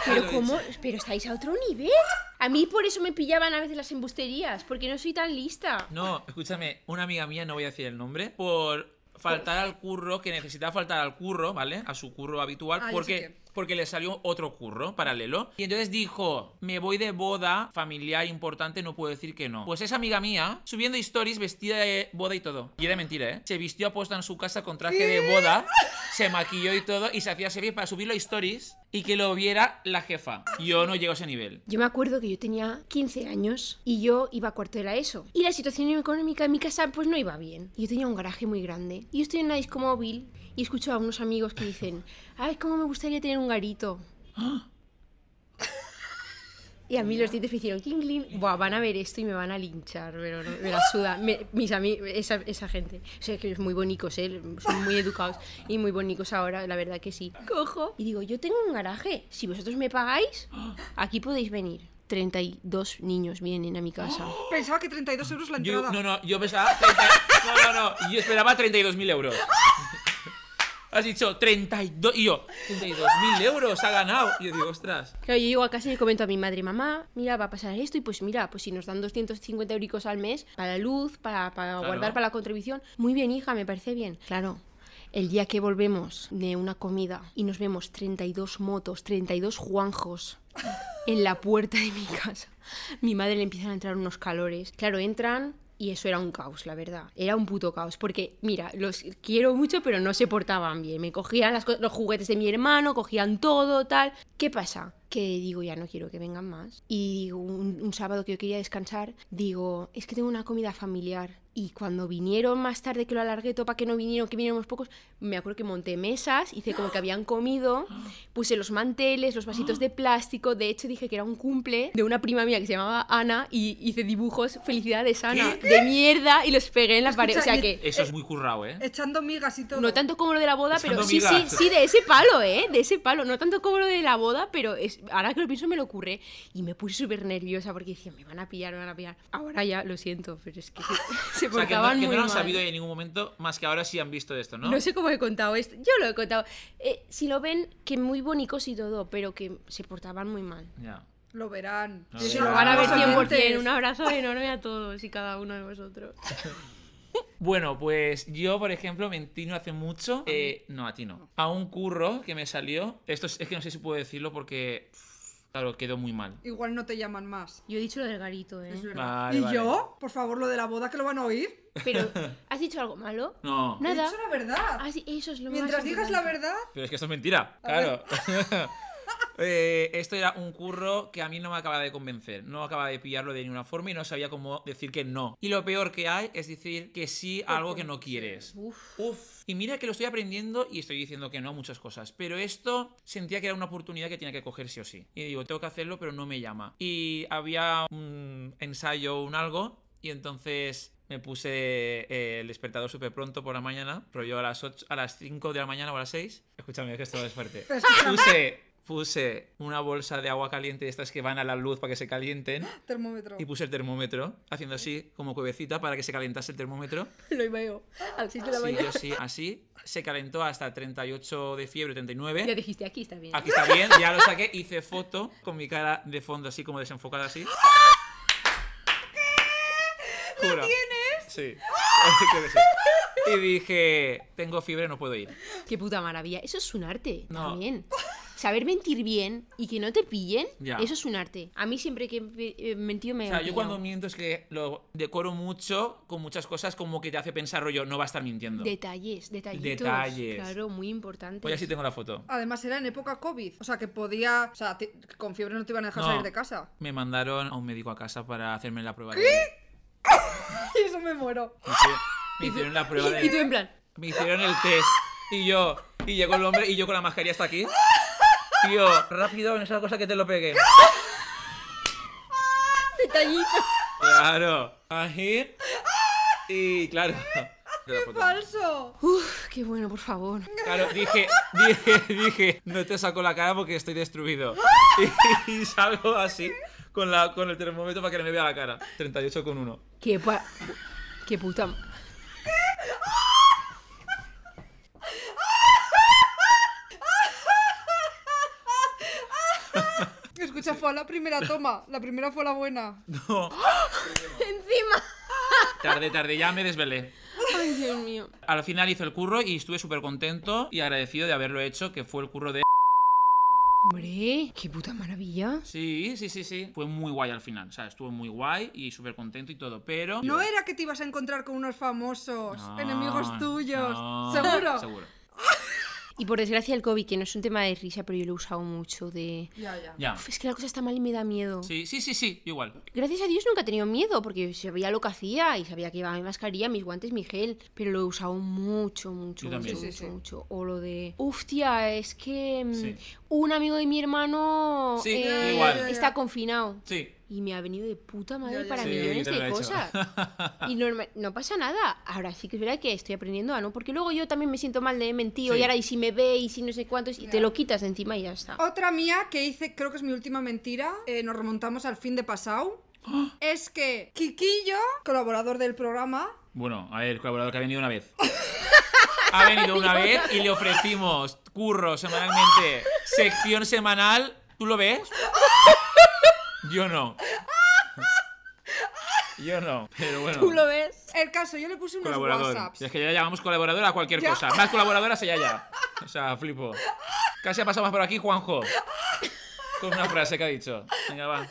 [SPEAKER 2] Yo lo
[SPEAKER 7] pero
[SPEAKER 2] he
[SPEAKER 7] ¿cómo?
[SPEAKER 2] hecho.
[SPEAKER 7] Pero estáis a otro nivel. A mí por eso me pillaban a veces las embusterías, porque no soy tan lista.
[SPEAKER 2] No, escúchame, una amiga mía, no voy a decir el nombre, por faltar al curro, que necesitaba faltar al curro, ¿vale? A su curro habitual,
[SPEAKER 3] Ah, yo
[SPEAKER 2] porque,
[SPEAKER 3] sé qué.
[SPEAKER 2] porque le salió otro curro paralelo. Y entonces dijo, me voy de boda familiar importante, no puedo decir que no. Pues esa amiga mía, subiendo stories vestida de boda y todo. Y era mentira, ¿eh? Se vistió aposta en su casa con traje de boda, se maquilló y todo, y se hacía series para subirlo a stories y que lo viera la jefa. Yo no llego a ese nivel.
[SPEAKER 7] Yo me acuerdo que yo tenía 15 años y yo iba a cuarto de la ESO. Y la situación económica en mi casa pues no iba bien. Yo tenía un garaje muy grande. Y yo estoy en una disco móvil y escucho a unos amigos que dicen, ay, cómo me gustaría tener un garito. Y a mí los dientes me hicieron cling, cling. Buah, van a ver esto y me van a linchar, pero no, me la suda. Me- mis ami- esa, esa gente. O sea, que es muy bonicos, ¿eh? Son muy educados y muy bonicos ahora, la verdad que sí. Cojo y digo, yo tengo un garaje. Si vosotros me pagáis, aquí podéis venir. 32 niños vienen a mi casa.
[SPEAKER 3] Pensaba que 32 euros la
[SPEAKER 2] Yo,
[SPEAKER 3] entrada.
[SPEAKER 2] no, no, yo pensaba. 30 no, no, no. Yo esperaba 32.000 euros. Has dicho 32. Y yo, 32.000 euros ha ganado. Y yo digo, ostras.
[SPEAKER 7] Claro, yo llego a casa y le comento a mi madre, mamá, mira, va a pasar esto y pues mira, pues si nos dan 250 euricos al mes para la luz, para, para
[SPEAKER 2] Claro.
[SPEAKER 7] guardar, para la contribución, muy bien hija, me parece bien. Claro, el día que volvemos de una comida y nos vemos 32 motos, 32 Juanjos en la puerta de mi casa, mi madre le empiezan a entrar unos calores. Claro, entran Y eso era un caos, la verdad. Era un puto caos. Porque, mira, los quiero mucho, pero no se portaban bien. Me cogían las co- los juguetes de mi hermano, cogían todo, tal. ¿Qué pasa? Que digo, ya no quiero que vengan más. Y digo, un, un sábado que yo quería descansar, digo, es que tengo una comida familiar. Y cuando vinieron más tarde, que lo alargué todo para que no vinieron, que vinieron unos pocos, me acuerdo que monté mesas, hice como que habían comido, puse los manteles, los vasitos de plástico. De hecho, dije que era un cumple de una prima mía que se llamaba Ana y hice dibujos, felicidades Ana, de mierda, y los pegué en la pared. O
[SPEAKER 3] Escucha,
[SPEAKER 7] sea
[SPEAKER 3] y-
[SPEAKER 7] que,
[SPEAKER 2] Eso es muy currado, ¿eh?
[SPEAKER 3] Echando migas y todo.
[SPEAKER 7] no tanto como lo de la boda, pero
[SPEAKER 2] Echando
[SPEAKER 7] sí, sí,
[SPEAKER 2] migas.
[SPEAKER 7] sí, de ese palo, ¿eh? De ese palo. No tanto como lo de la boda, pero es, ahora que lo pienso me lo ocurre. Y me puse súper nerviosa porque decía, me van a pillar, me van a pillar. Ahora ya, lo siento, pero es que se,
[SPEAKER 2] (laughs)
[SPEAKER 7] se
[SPEAKER 2] O sea, que no,
[SPEAKER 7] portaban
[SPEAKER 2] que no
[SPEAKER 7] muy
[SPEAKER 2] lo han
[SPEAKER 7] mal.
[SPEAKER 2] sabido en ningún momento, más que ahora sí han visto esto, ¿no?
[SPEAKER 7] No sé cómo he contado esto. Yo lo he contado. Eh, si lo ven, que muy bonitos y todo, pero que se portaban muy mal.
[SPEAKER 2] Ya.
[SPEAKER 3] Lo verán.
[SPEAKER 2] No,
[SPEAKER 3] Sí,
[SPEAKER 2] Se
[SPEAKER 7] Se
[SPEAKER 2] lo
[SPEAKER 7] lo
[SPEAKER 2] Ah,
[SPEAKER 7] van a ver
[SPEAKER 2] los
[SPEAKER 7] 100%. Un abrazo enorme a todos y cada uno de vosotros.
[SPEAKER 2] Bueno, pues yo, por ejemplo, mentí no hace mucho. eh, no, a ti no. A un curro que me salió. Esto es, es que no sé si puedo decirlo porque. pff, Claro, quedó muy mal.
[SPEAKER 3] Igual no te llaman más.
[SPEAKER 7] Yo he dicho lo del garito, ¿eh?
[SPEAKER 3] Es verdad.
[SPEAKER 2] Vale,
[SPEAKER 3] ¿Y
[SPEAKER 2] vale.
[SPEAKER 3] yo? Por favor, lo de la boda que lo van a oír.
[SPEAKER 2] (laughs)
[SPEAKER 7] Pero, ¿has dicho algo malo?
[SPEAKER 2] No.
[SPEAKER 3] He
[SPEAKER 7] Nada.
[SPEAKER 3] dicho la verdad.
[SPEAKER 7] Ah, sí, eso es lo
[SPEAKER 3] Mientras
[SPEAKER 7] más
[SPEAKER 3] digas
[SPEAKER 7] importante.
[SPEAKER 3] la verdad,
[SPEAKER 2] Pero es que esto es mentira. Claro. (laughs) Eh, esto era un curro que a mí no me acaba de convencer. No acaba de pillarlo de ninguna forma y no sabía cómo decir que no. Y lo peor que hay es decir que sí a algo que no quieres. (laughs) Uf. Y mira que lo estoy aprendiendo y estoy diciendo que no a muchas cosas. Pero esto sentía que era una oportunidad que tenía que coger sí o sí. Y digo, tengo que hacerlo, pero no me llama. Y había un ensayo, un algo, y entonces me puse eh, el despertador súper pronto por la mañana, rollo a las, 8, a las 5 de la mañana o a las 6. Escúchame, que esto es fuerte.
[SPEAKER 3] Te escuchamos.
[SPEAKER 2] Puse, puse una bolsa de agua caliente, de estas que van a la luz para que se calienten,
[SPEAKER 3] termómetro.
[SPEAKER 2] y puse el termómetro, haciendo así, como cuevecita, para que se calentase el termómetro.
[SPEAKER 7] Lo veo. Así te la
[SPEAKER 2] Ah, Sí,
[SPEAKER 7] mañana.
[SPEAKER 2] yo sí, así. Se calentó hasta 38 de fiebre,
[SPEAKER 7] Ya
[SPEAKER 2] 39.
[SPEAKER 7] dijiste, aquí está bien.
[SPEAKER 2] Aquí está bien, ya lo saqué. Hice foto con mi cara de fondo así, como desenfocada así. ¿Qué? ¿Lo tienes? Sí. (laughs) Creo que sí. Y dije, tengo fiebre, no puedo ir.
[SPEAKER 7] Qué puta maravilla. Eso es un arte
[SPEAKER 2] No.
[SPEAKER 7] también. Saber mentir bien y que no te pillen,
[SPEAKER 2] Ya.
[SPEAKER 7] eso es un arte. A mí siempre que he mentido me
[SPEAKER 2] O
[SPEAKER 7] han
[SPEAKER 2] sea, yo
[SPEAKER 7] pillado.
[SPEAKER 2] cuando miento es que lo decoro mucho con muchas cosas como que te hace pensar rollo, no va a estar mintiendo.
[SPEAKER 7] Detalles, detallitos.
[SPEAKER 2] Detalles.
[SPEAKER 7] Claro, muy importante.
[SPEAKER 2] Pues ya sí tengo la foto.
[SPEAKER 3] Además era en época COVID. O sea, que podía... O sea, te- con fiebre no te iban a dejar
[SPEAKER 2] No.
[SPEAKER 3] salir de casa.
[SPEAKER 2] Me mandaron a un médico a casa para hacerme la prueba. ¿Qué? (laughs)
[SPEAKER 3] Y eso me muero.
[SPEAKER 2] me hicieron la prueba de...
[SPEAKER 7] (laughs) Y tú en plan,
[SPEAKER 2] Me hicieron el test. Y yo, y llegó el hombre y yo con la mascarilla hasta aquí. Y yo, rápido, en esa cosa que te lo pegué.
[SPEAKER 7] detallito.
[SPEAKER 2] Claro. Ahí. Y claro. La foto.
[SPEAKER 3] ¡Falso!
[SPEAKER 7] Uf, qué bueno, por favor.
[SPEAKER 2] Claro, dije, dije, dije, no te saco la cara porque estoy destruido. Y, y salgo así con, la, con el termómetro para que no me vea la cara. 38 con 1.
[SPEAKER 7] Qué, pa- qué puta.
[SPEAKER 3] (laughs)
[SPEAKER 2] (laughs)
[SPEAKER 3] Escucha, fue la primera toma. La primera fue la buena.
[SPEAKER 2] No.
[SPEAKER 7] Encima.
[SPEAKER 2] Tarde, tarde, ya me desvelé.
[SPEAKER 7] Ay, Dios mío.
[SPEAKER 2] Al final hizo el curro y estuve súper contento y agradecido de haberlo hecho, que fue el curro de...
[SPEAKER 7] Hombre, qué puta maravilla.
[SPEAKER 2] Sí, sí, sí, sí. Fue muy guay al final. O sea, estuvo muy guay y súper contento y todo, pero.
[SPEAKER 3] No era que te ibas a encontrar con unos famosos,
[SPEAKER 2] No,
[SPEAKER 3] enemigos tuyos.
[SPEAKER 2] no.
[SPEAKER 3] ¿Seguro?
[SPEAKER 2] Seguro.
[SPEAKER 7] Y por desgracia el COVID, que no es un tema de risa, pero yo lo he usado mucho de...
[SPEAKER 3] Ya, ya.
[SPEAKER 2] Ya.
[SPEAKER 7] Uf, es que la cosa está mal y me da miedo.
[SPEAKER 2] Sí, sí, sí, sí, yo igual.
[SPEAKER 7] Gracias a Dios nunca he tenido miedo, porque yo sabía lo que hacía y sabía que iba mi mascarilla, mis guantes, mi gel, pero lo he usado mucho, mucho,
[SPEAKER 2] Yo también.
[SPEAKER 7] mucho,
[SPEAKER 2] Sí,
[SPEAKER 3] sí,
[SPEAKER 7] mucho, mucho. O lo de, hostia, es que mm,
[SPEAKER 2] Sí.
[SPEAKER 7] un amigo de mi hermano eh,
[SPEAKER 2] Sí, igual.
[SPEAKER 7] está confinado.
[SPEAKER 2] Sí.
[SPEAKER 7] Y me ha venido de puta madre
[SPEAKER 3] Ya, ya,
[SPEAKER 7] para
[SPEAKER 3] Sí,
[SPEAKER 7] millones
[SPEAKER 2] te lo he
[SPEAKER 7] de
[SPEAKER 2] hecho.
[SPEAKER 7] cosas.
[SPEAKER 2] (laughs)
[SPEAKER 7] Y normal- no pasa nada. Ahora sí que es verdad que estoy aprendiendo a no, porque luego yo también me siento mal de mentir,
[SPEAKER 2] Sí.
[SPEAKER 7] y ahora y si me ve y si no sé cuántos, y te lo quitas de encima y ya está.
[SPEAKER 3] Otra mía que hice, creo que es mi última mentira, eh, nos remontamos al fin
[SPEAKER 2] (gasps)
[SPEAKER 3] de pasado, es que Quiquillo, colaborador del programa,
[SPEAKER 2] Bueno, a ver, el colaborador que ha venido una vez. Ha venido
[SPEAKER 3] (laughs)
[SPEAKER 2] una vez y le ofrecimos curro semanalmente, sección semanal. ¿Tú lo ves? Yo no. Yo no, pero bueno.
[SPEAKER 7] ¿Tú lo ves?
[SPEAKER 3] el caso, yo le puse unos
[SPEAKER 2] Colaborador.
[SPEAKER 3] WhatsApps.
[SPEAKER 2] Y es que ya llamamos colaborador a cualquier
[SPEAKER 3] Ya.
[SPEAKER 2] cosa. Más colaboradora se ya ya. O sea, flipo. Casi ha pasado más por aquí Juanjo. Con una frase que ha dicho. Venga, va.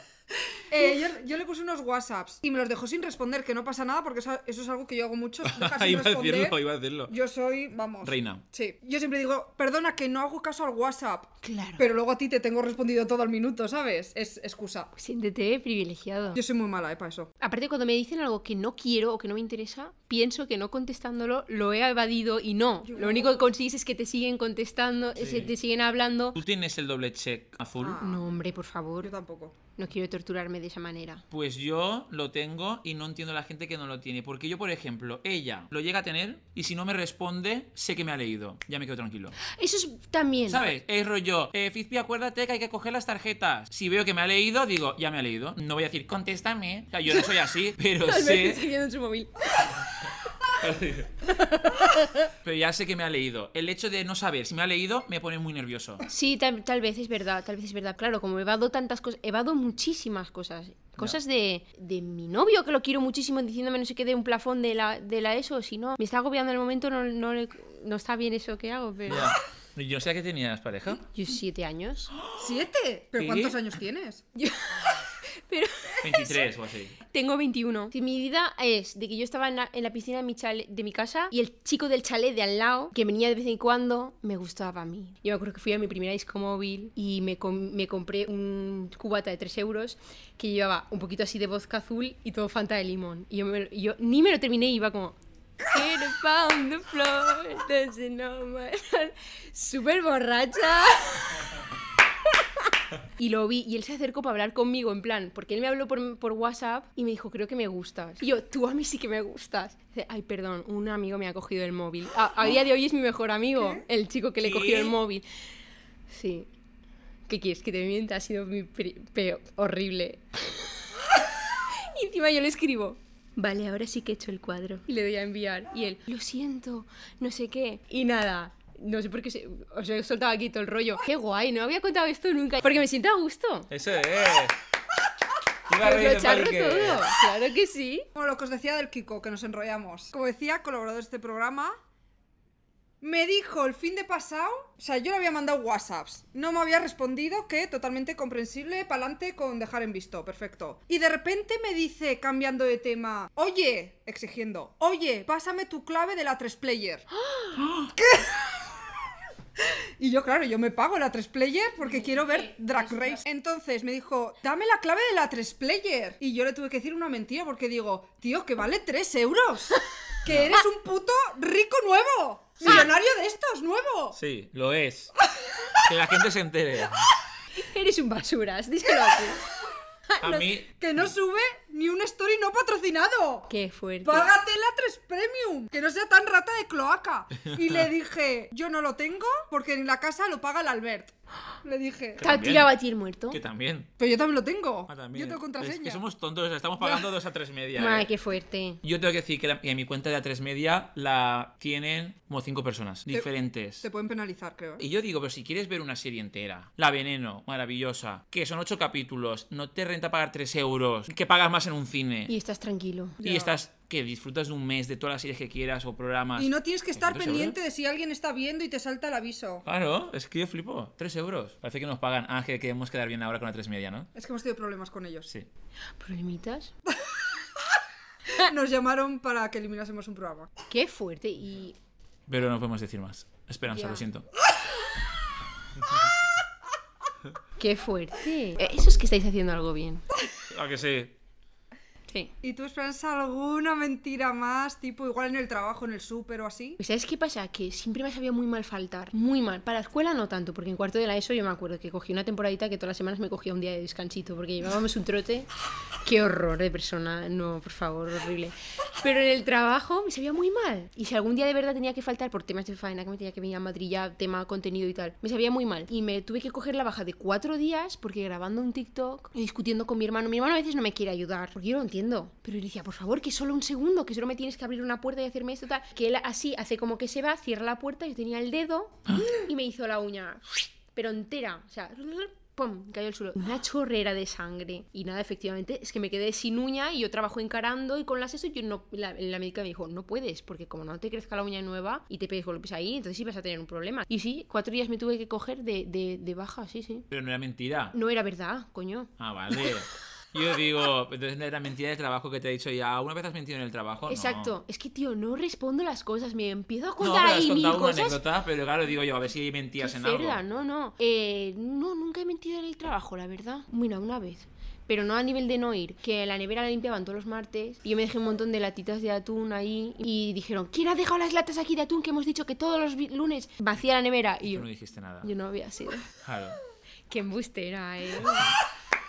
[SPEAKER 3] Eh, yo, yo le puse unos WhatsApps y me los dejó sin responder, que no pasa nada porque eso, eso es algo que yo
[SPEAKER 2] (laughs)
[SPEAKER 3] hago mucho. dejar sin
[SPEAKER 2] iba a
[SPEAKER 3] responder.
[SPEAKER 2] decirlo, iba a decirlo.
[SPEAKER 3] Yo soy, vamos.
[SPEAKER 2] Reina.
[SPEAKER 3] Sí. Yo siempre digo, perdona que no hago caso al WhatsApp. Claro. Pero luego a ti te tengo respondido todo al minuto, ¿sabes? Es excusa.
[SPEAKER 7] Pues Siéntete privilegiado.
[SPEAKER 3] Yo soy muy mala, ¿eh? Para eso.
[SPEAKER 7] Aparte, cuando me dicen algo que no quiero o que no me interesa, pienso que no contestándolo lo he evadido y no. Lo único que consigues es que te siguen contestando, eh, se- te siguen hablando.
[SPEAKER 2] ¿Tú tienes el doble check azul?
[SPEAKER 3] Ah.
[SPEAKER 7] No, hombre, por
[SPEAKER 3] Yo
[SPEAKER 7] favor,
[SPEAKER 3] tampoco.
[SPEAKER 7] no quiero torturarme de esa manera.
[SPEAKER 2] Pues yo lo tengo y no entiendo a la gente que no lo tiene. Porque yo, por ejemplo, ella lo llega a tener y si no me responde, sé que me ha leído. Ya me quedo tranquilo.
[SPEAKER 7] Eso es también.
[SPEAKER 2] ¿Sabes? Es rollo. Eh, Fizpi, acuérdate que hay que coger las tarjetas. Si veo que me ha leído, digo, ya me ha leído. No voy a decir, contéstame. O sea, yo no soy así, pero
[SPEAKER 8] Albert
[SPEAKER 2] sé.
[SPEAKER 8] escribiendo en su móvil.
[SPEAKER 2] Pero ya sé que me ha leído. El hecho de no saber si me ha leído me pone muy nervioso.
[SPEAKER 7] Sí, tal, tal vez es verdad, tal vez es verdad. Claro, como evado tantas cosas, evado muchísimas cosas. Cosas de, de mi novio, que lo quiero muchísimo, diciéndome no sé qué de un plafón de la, de la ESO. Si no, me está agobiando en el momento, no, no, le- no está bien eso que hago, pero...
[SPEAKER 2] (laughs) Yo no sé que tenías pareja.
[SPEAKER 7] Yo siete años.
[SPEAKER 3] ¿Siete? ¿Pero
[SPEAKER 2] ¿Sí?
[SPEAKER 3] cuántos años tienes?
[SPEAKER 7] Pero (laughs)
[SPEAKER 2] 23 o así.
[SPEAKER 7] tengo 21. Si mi vida es de que yo estaba en la, en la piscina de mi, chale- de mi casa y el chico del chalet de al lado, que venía de vez en cuando, me gustaba a mí. Yo me acuerdo que fui a mi primera disco móvil y me, com- me compré un cubata de 3 euros que llevaba un poquito así de vodka azul y todo fanta de limón. Y yo, me lo- y yo ni me lo terminé y iba como... "Get up on the floor, does it know my-" Súper borracha. Y lo vi y él se acercó para hablar conmigo, en plan, porque él me habló por, por WhatsApp y me dijo, creo que me gustas. Y yo, tú a mí sí que me gustas. Dice, ay, perdón, un amigo me ha cogido el móvil. A, a día de hoy es mi mejor amigo, el chico que le cogió el
[SPEAKER 2] ¿Qué?
[SPEAKER 7] móvil. Sí. ¿Qué quieres? Que te mienta, ha sido mi pri- peor, horrible. y encima yo le escribo. Vale, ahora sí que he hecho el cuadro. Y le doy a enviar. Y él, lo siento, no sé qué. Y nada, no sé por qué se- os he soltado aquí todo el rollo. Qué guay, no había contado esto nunca. Porque me siento a gusto.
[SPEAKER 2] Eso es. Iba a
[SPEAKER 7] Os
[SPEAKER 2] reír
[SPEAKER 7] lo
[SPEAKER 2] de
[SPEAKER 7] charlo
[SPEAKER 2] Malique.
[SPEAKER 7] todo. Claro que sí.
[SPEAKER 3] Como lo que os decía del Kiko, que nos enrollamos. Como decía, colaborador de este programa, me dijo el fin de pasado, o sea, yo le había mandado WhatsApps, no me había respondido, que totalmente comprensible, pa'lante con dejar en visto, perfecto. Y de repente me dice, cambiando de tema, oye, exigiendo, oye, pásame tu clave de la 3-player. Y yo, claro, yo me pago la 3-player porque quiero ver Drag Race. Entonces me dijo, dame la clave de la 3-player. Y yo le tuve que decir una mentira porque digo, tío, que vale 3 euros. Que eres un puto rico nuevo. Millonario de estos, nuevo.
[SPEAKER 2] Sí, lo es. Que la gente se
[SPEAKER 3] (laughs)
[SPEAKER 2] entere.
[SPEAKER 7] Eres un basuras, díselo a ti.
[SPEAKER 2] A mí.
[SPEAKER 3] Que no sube ni un story no patrocinado.
[SPEAKER 7] (laughs) Qué fuerte.
[SPEAKER 3] Págate la 3 Premium, que no sea tan rata de cloaca. Y le dije, yo no lo tengo porque en la casa lo paga el Albert. Le dije,
[SPEAKER 7] Está
[SPEAKER 2] También.
[SPEAKER 7] tirado a ti el muerto.
[SPEAKER 2] Que también.
[SPEAKER 3] pero yo también lo tengo.
[SPEAKER 2] Ah, también.
[SPEAKER 3] Yo tengo contraseña.
[SPEAKER 2] Es que somos tontos, o sea, estamos pagando dos a tres media.
[SPEAKER 7] Madre,
[SPEAKER 2] eh.
[SPEAKER 7] qué fuerte.
[SPEAKER 2] Yo tengo que decir que, la- que mi cuenta de la 3 media la tienen como cinco personas diferentes.
[SPEAKER 3] Te pueden penalizar, creo. ¿eh?
[SPEAKER 2] Y yo digo, pero si quieres ver una serie entera, La Veneno, maravillosa, que son ocho capítulos, no te renta pagar 3 euros, que pagas más en un cine.
[SPEAKER 7] Y estás tranquilo.
[SPEAKER 2] Y estás, que disfrutas de un mes de todas las series que quieras o programas.
[SPEAKER 3] Y no tienes que estar
[SPEAKER 2] ¿Tres euros?
[SPEAKER 3] pendiente de si alguien está viendo y te salta el aviso.
[SPEAKER 2] Claro, es que yo flipo. 3 euros. Parece que nos pagan. Ah, que queremos quedar bien ahora con la 3 media, ¿no?
[SPEAKER 3] Es que hemos tenido problemas con ellos.
[SPEAKER 2] Sí.
[SPEAKER 7] ¿Problemitas?
[SPEAKER 3] (laughs) Nos llamaron para que eliminásemos un programa.
[SPEAKER 7] Qué fuerte. Y
[SPEAKER 2] Pero no podemos decir más. Esperanza,
[SPEAKER 7] Ya.
[SPEAKER 2] lo siento.
[SPEAKER 7] Qué fuerte. Eso es Eh, que estáis haciendo algo bien.
[SPEAKER 2] Ah, que sí.
[SPEAKER 7] Sí.
[SPEAKER 3] ¿Y tú esperas alguna mentira más? Tipo, igual en el trabajo, en el súper o así.
[SPEAKER 7] Pues, ¿Sabes qué pasa? Que siempre me sabía muy mal faltar. Muy mal. Para la escuela no tanto, porque en cuarto de la ESO yo me acuerdo que cogí una temporadita que todas las semanas me cogía un día de descansito, porque llevábamos un trote. Qué horror de persona. No, por favor, horrible. Pero en el trabajo me sabía muy mal. Y si algún día de verdad tenía que faltar por temas de faena, que me tenía que venir a Madrid ya, tema contenido y tal, me sabía muy mal. Y me tuve que coger la baja de cuatro días porque grabando un TikTok y discutiendo con mi hermano, mi hermano a veces no me quiere ayudar, porque yo lo entiendo. Pero yo le decía, por favor, que solo un segundo, que solo me tienes que abrir una puerta y hacerme esto tal. Que él así hace como que se va, cierra la puerta, yo tenía el dedo y me hizo la uña, pero entera. O sea, ¡pum! cayó al suelo. Una chorrera de sangre. Y nada, efectivamente, es que me quedé sin uña y yo trabajo encarando y con las eso. Yo no, la, la médica me dijo, no puedes, porque como no te crezca la uña nueva y te pegues golpes ahí, entonces sí vas a tener un problema. Y sí, cuatro días me tuve que coger de, de, de baja, sí, sí.
[SPEAKER 2] Pero no era mentira.
[SPEAKER 7] No era verdad, coño.
[SPEAKER 2] Ah, vale. Yo digo, entonces no era mentira de trabajo que te he dicho ya. ¿Una vez has mentido en el trabajo? No.
[SPEAKER 7] Exacto. Es que, tío, no respondo las cosas. Me empiezo a
[SPEAKER 2] No,
[SPEAKER 7] contar
[SPEAKER 2] pero has
[SPEAKER 7] ahí mil
[SPEAKER 2] contado una
[SPEAKER 7] cosas.
[SPEAKER 2] anécdota, pero claro, digo yo, a ver si
[SPEAKER 7] Qué
[SPEAKER 2] mentías en algo.
[SPEAKER 7] cerda, no, no. Eh, no, nunca he mentido en el trabajo, la verdad. Mira, una vez. Pero no a nivel de no ir, que la nevera la limpiaban todos los martes y yo me dejé un montón de latitas de atún ahí y dijeron, ¿quién ha dejado las latas aquí de atún que hemos dicho que todos los vi- lunes vacía la nevera? Y
[SPEAKER 2] Tú
[SPEAKER 7] yo,
[SPEAKER 2] no dijiste nada.
[SPEAKER 7] yo no
[SPEAKER 2] (laughs)
[SPEAKER 7] había sido.
[SPEAKER 2] Claro.
[SPEAKER 7] Qué
[SPEAKER 2] (laughs)
[SPEAKER 7] embustera, eh.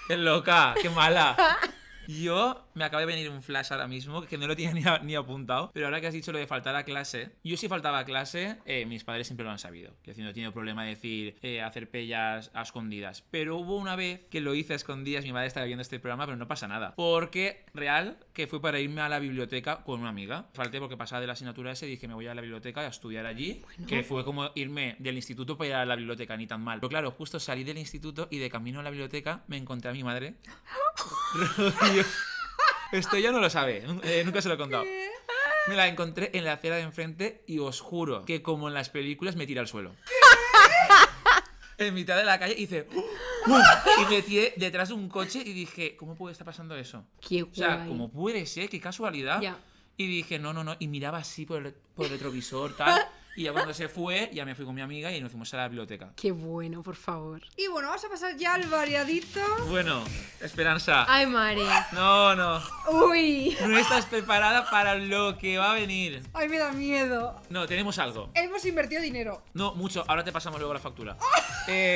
[SPEAKER 2] ¡Qué loca! ¡Qué mala!
[SPEAKER 7] (laughs)
[SPEAKER 2] Yo me acaba de venir un flash ahora mismo que no lo tenía (laughs) ni, a- ni apuntado, pero ahora que has dicho lo de faltar a clase, yo si faltaba a clase, eh, mis padres siempre lo han sabido. Que no he tenido problema de decir eh, hacer pellas a escondidas. Pero hubo una vez que lo hice a escondidas, mi madre estaba viendo este programa, pero no pasa nada. Porque real que fue para irme a la biblioteca con una amiga. Falté porque pasaba de la asignatura ese y dije me voy a la biblioteca a estudiar allí, que fue como irme del instituto para ir a la biblioteca, ni tan mal. Pero claro, justo salí del instituto y de camino a la biblioteca me encontré a mi madre (laughs) Rollo- Esto ya no lo sabe, nun- eh, nunca se lo he contado. Me la encontré en la acera de enfrente y os juro que como en las películas me tira al suelo. En mitad de la calle hice...
[SPEAKER 7] (laughs)
[SPEAKER 2] ¡uh! Y me tiré detrás de un coche y dije, ¿cómo puede estar pasando eso?
[SPEAKER 7] Qué
[SPEAKER 2] O sea,
[SPEAKER 7] guay.
[SPEAKER 2] como puede ser, qué casualidad.
[SPEAKER 7] Ya.
[SPEAKER 2] Y dije, no, no, no. Y miraba así por el, por el retrovisor, tal. Y ya cuando se fue, ya me fui con mi amiga y nos fuimos a la biblioteca.
[SPEAKER 7] Qué bueno, por favor.
[SPEAKER 3] Y bueno, vamos a pasar ya al variadito.
[SPEAKER 2] Bueno, Esperanza.
[SPEAKER 7] Ay, Mare.
[SPEAKER 2] (laughs) No, no.
[SPEAKER 7] Uy.
[SPEAKER 2] No estás preparada para lo que va a venir.
[SPEAKER 3] Ay, me da miedo.
[SPEAKER 2] No, tenemos algo.
[SPEAKER 3] Hemos invertido dinero.
[SPEAKER 2] No, mucho. Ahora te pasamos luego la factura. Eh,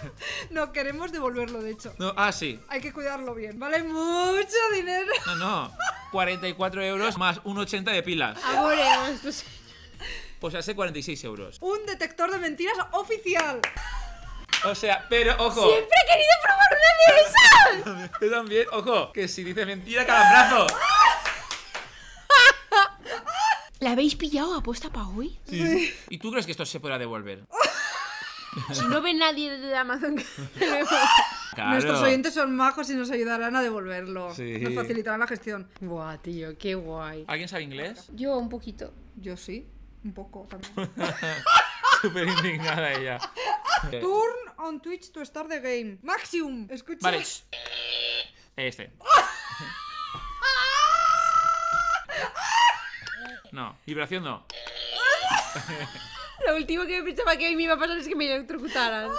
[SPEAKER 2] (laughs)
[SPEAKER 3] No, queremos devolverlo, de hecho.
[SPEAKER 2] no, ah, sí.
[SPEAKER 3] Hay que cuidarlo bien. Vale mucho dinero.
[SPEAKER 2] No, no. 44 euros más 1,80 de pilas.
[SPEAKER 7] Amore, esto es-
[SPEAKER 2] Pues hace 46 euros.
[SPEAKER 3] Un detector de mentiras oficial.
[SPEAKER 2] O sea, pero ojo.
[SPEAKER 7] ¡Siempre he querido probar una de esas!
[SPEAKER 2] Yo también, ojo. Que si dice mentira, calambrazo.
[SPEAKER 7] ¿La habéis pillado apuesta para hoy?
[SPEAKER 2] Sí. ¿Y tú crees que esto se podrá devolver?
[SPEAKER 7] Si no ve nadie de Amazon.
[SPEAKER 2] (laughs) Claro.
[SPEAKER 3] Nuestros oyentes son majos y nos ayudarán a devolverlo.
[SPEAKER 2] Sí.
[SPEAKER 3] Nos facilitarán la gestión.
[SPEAKER 7] Buah, tío, qué guay.
[SPEAKER 2] ¿Alguien sabe inglés? (laughs)
[SPEAKER 9] Yo un poquito.
[SPEAKER 3] Yo sí, un poco también.
[SPEAKER 2] Súper indignada ella.
[SPEAKER 3] Turn on Twitch to start the game. Maximum. Escucha.
[SPEAKER 2] Vale. Este. No, vibración no.
[SPEAKER 7] Lo último que pensaba que hoy me iba a pasar es que me electrocutaran.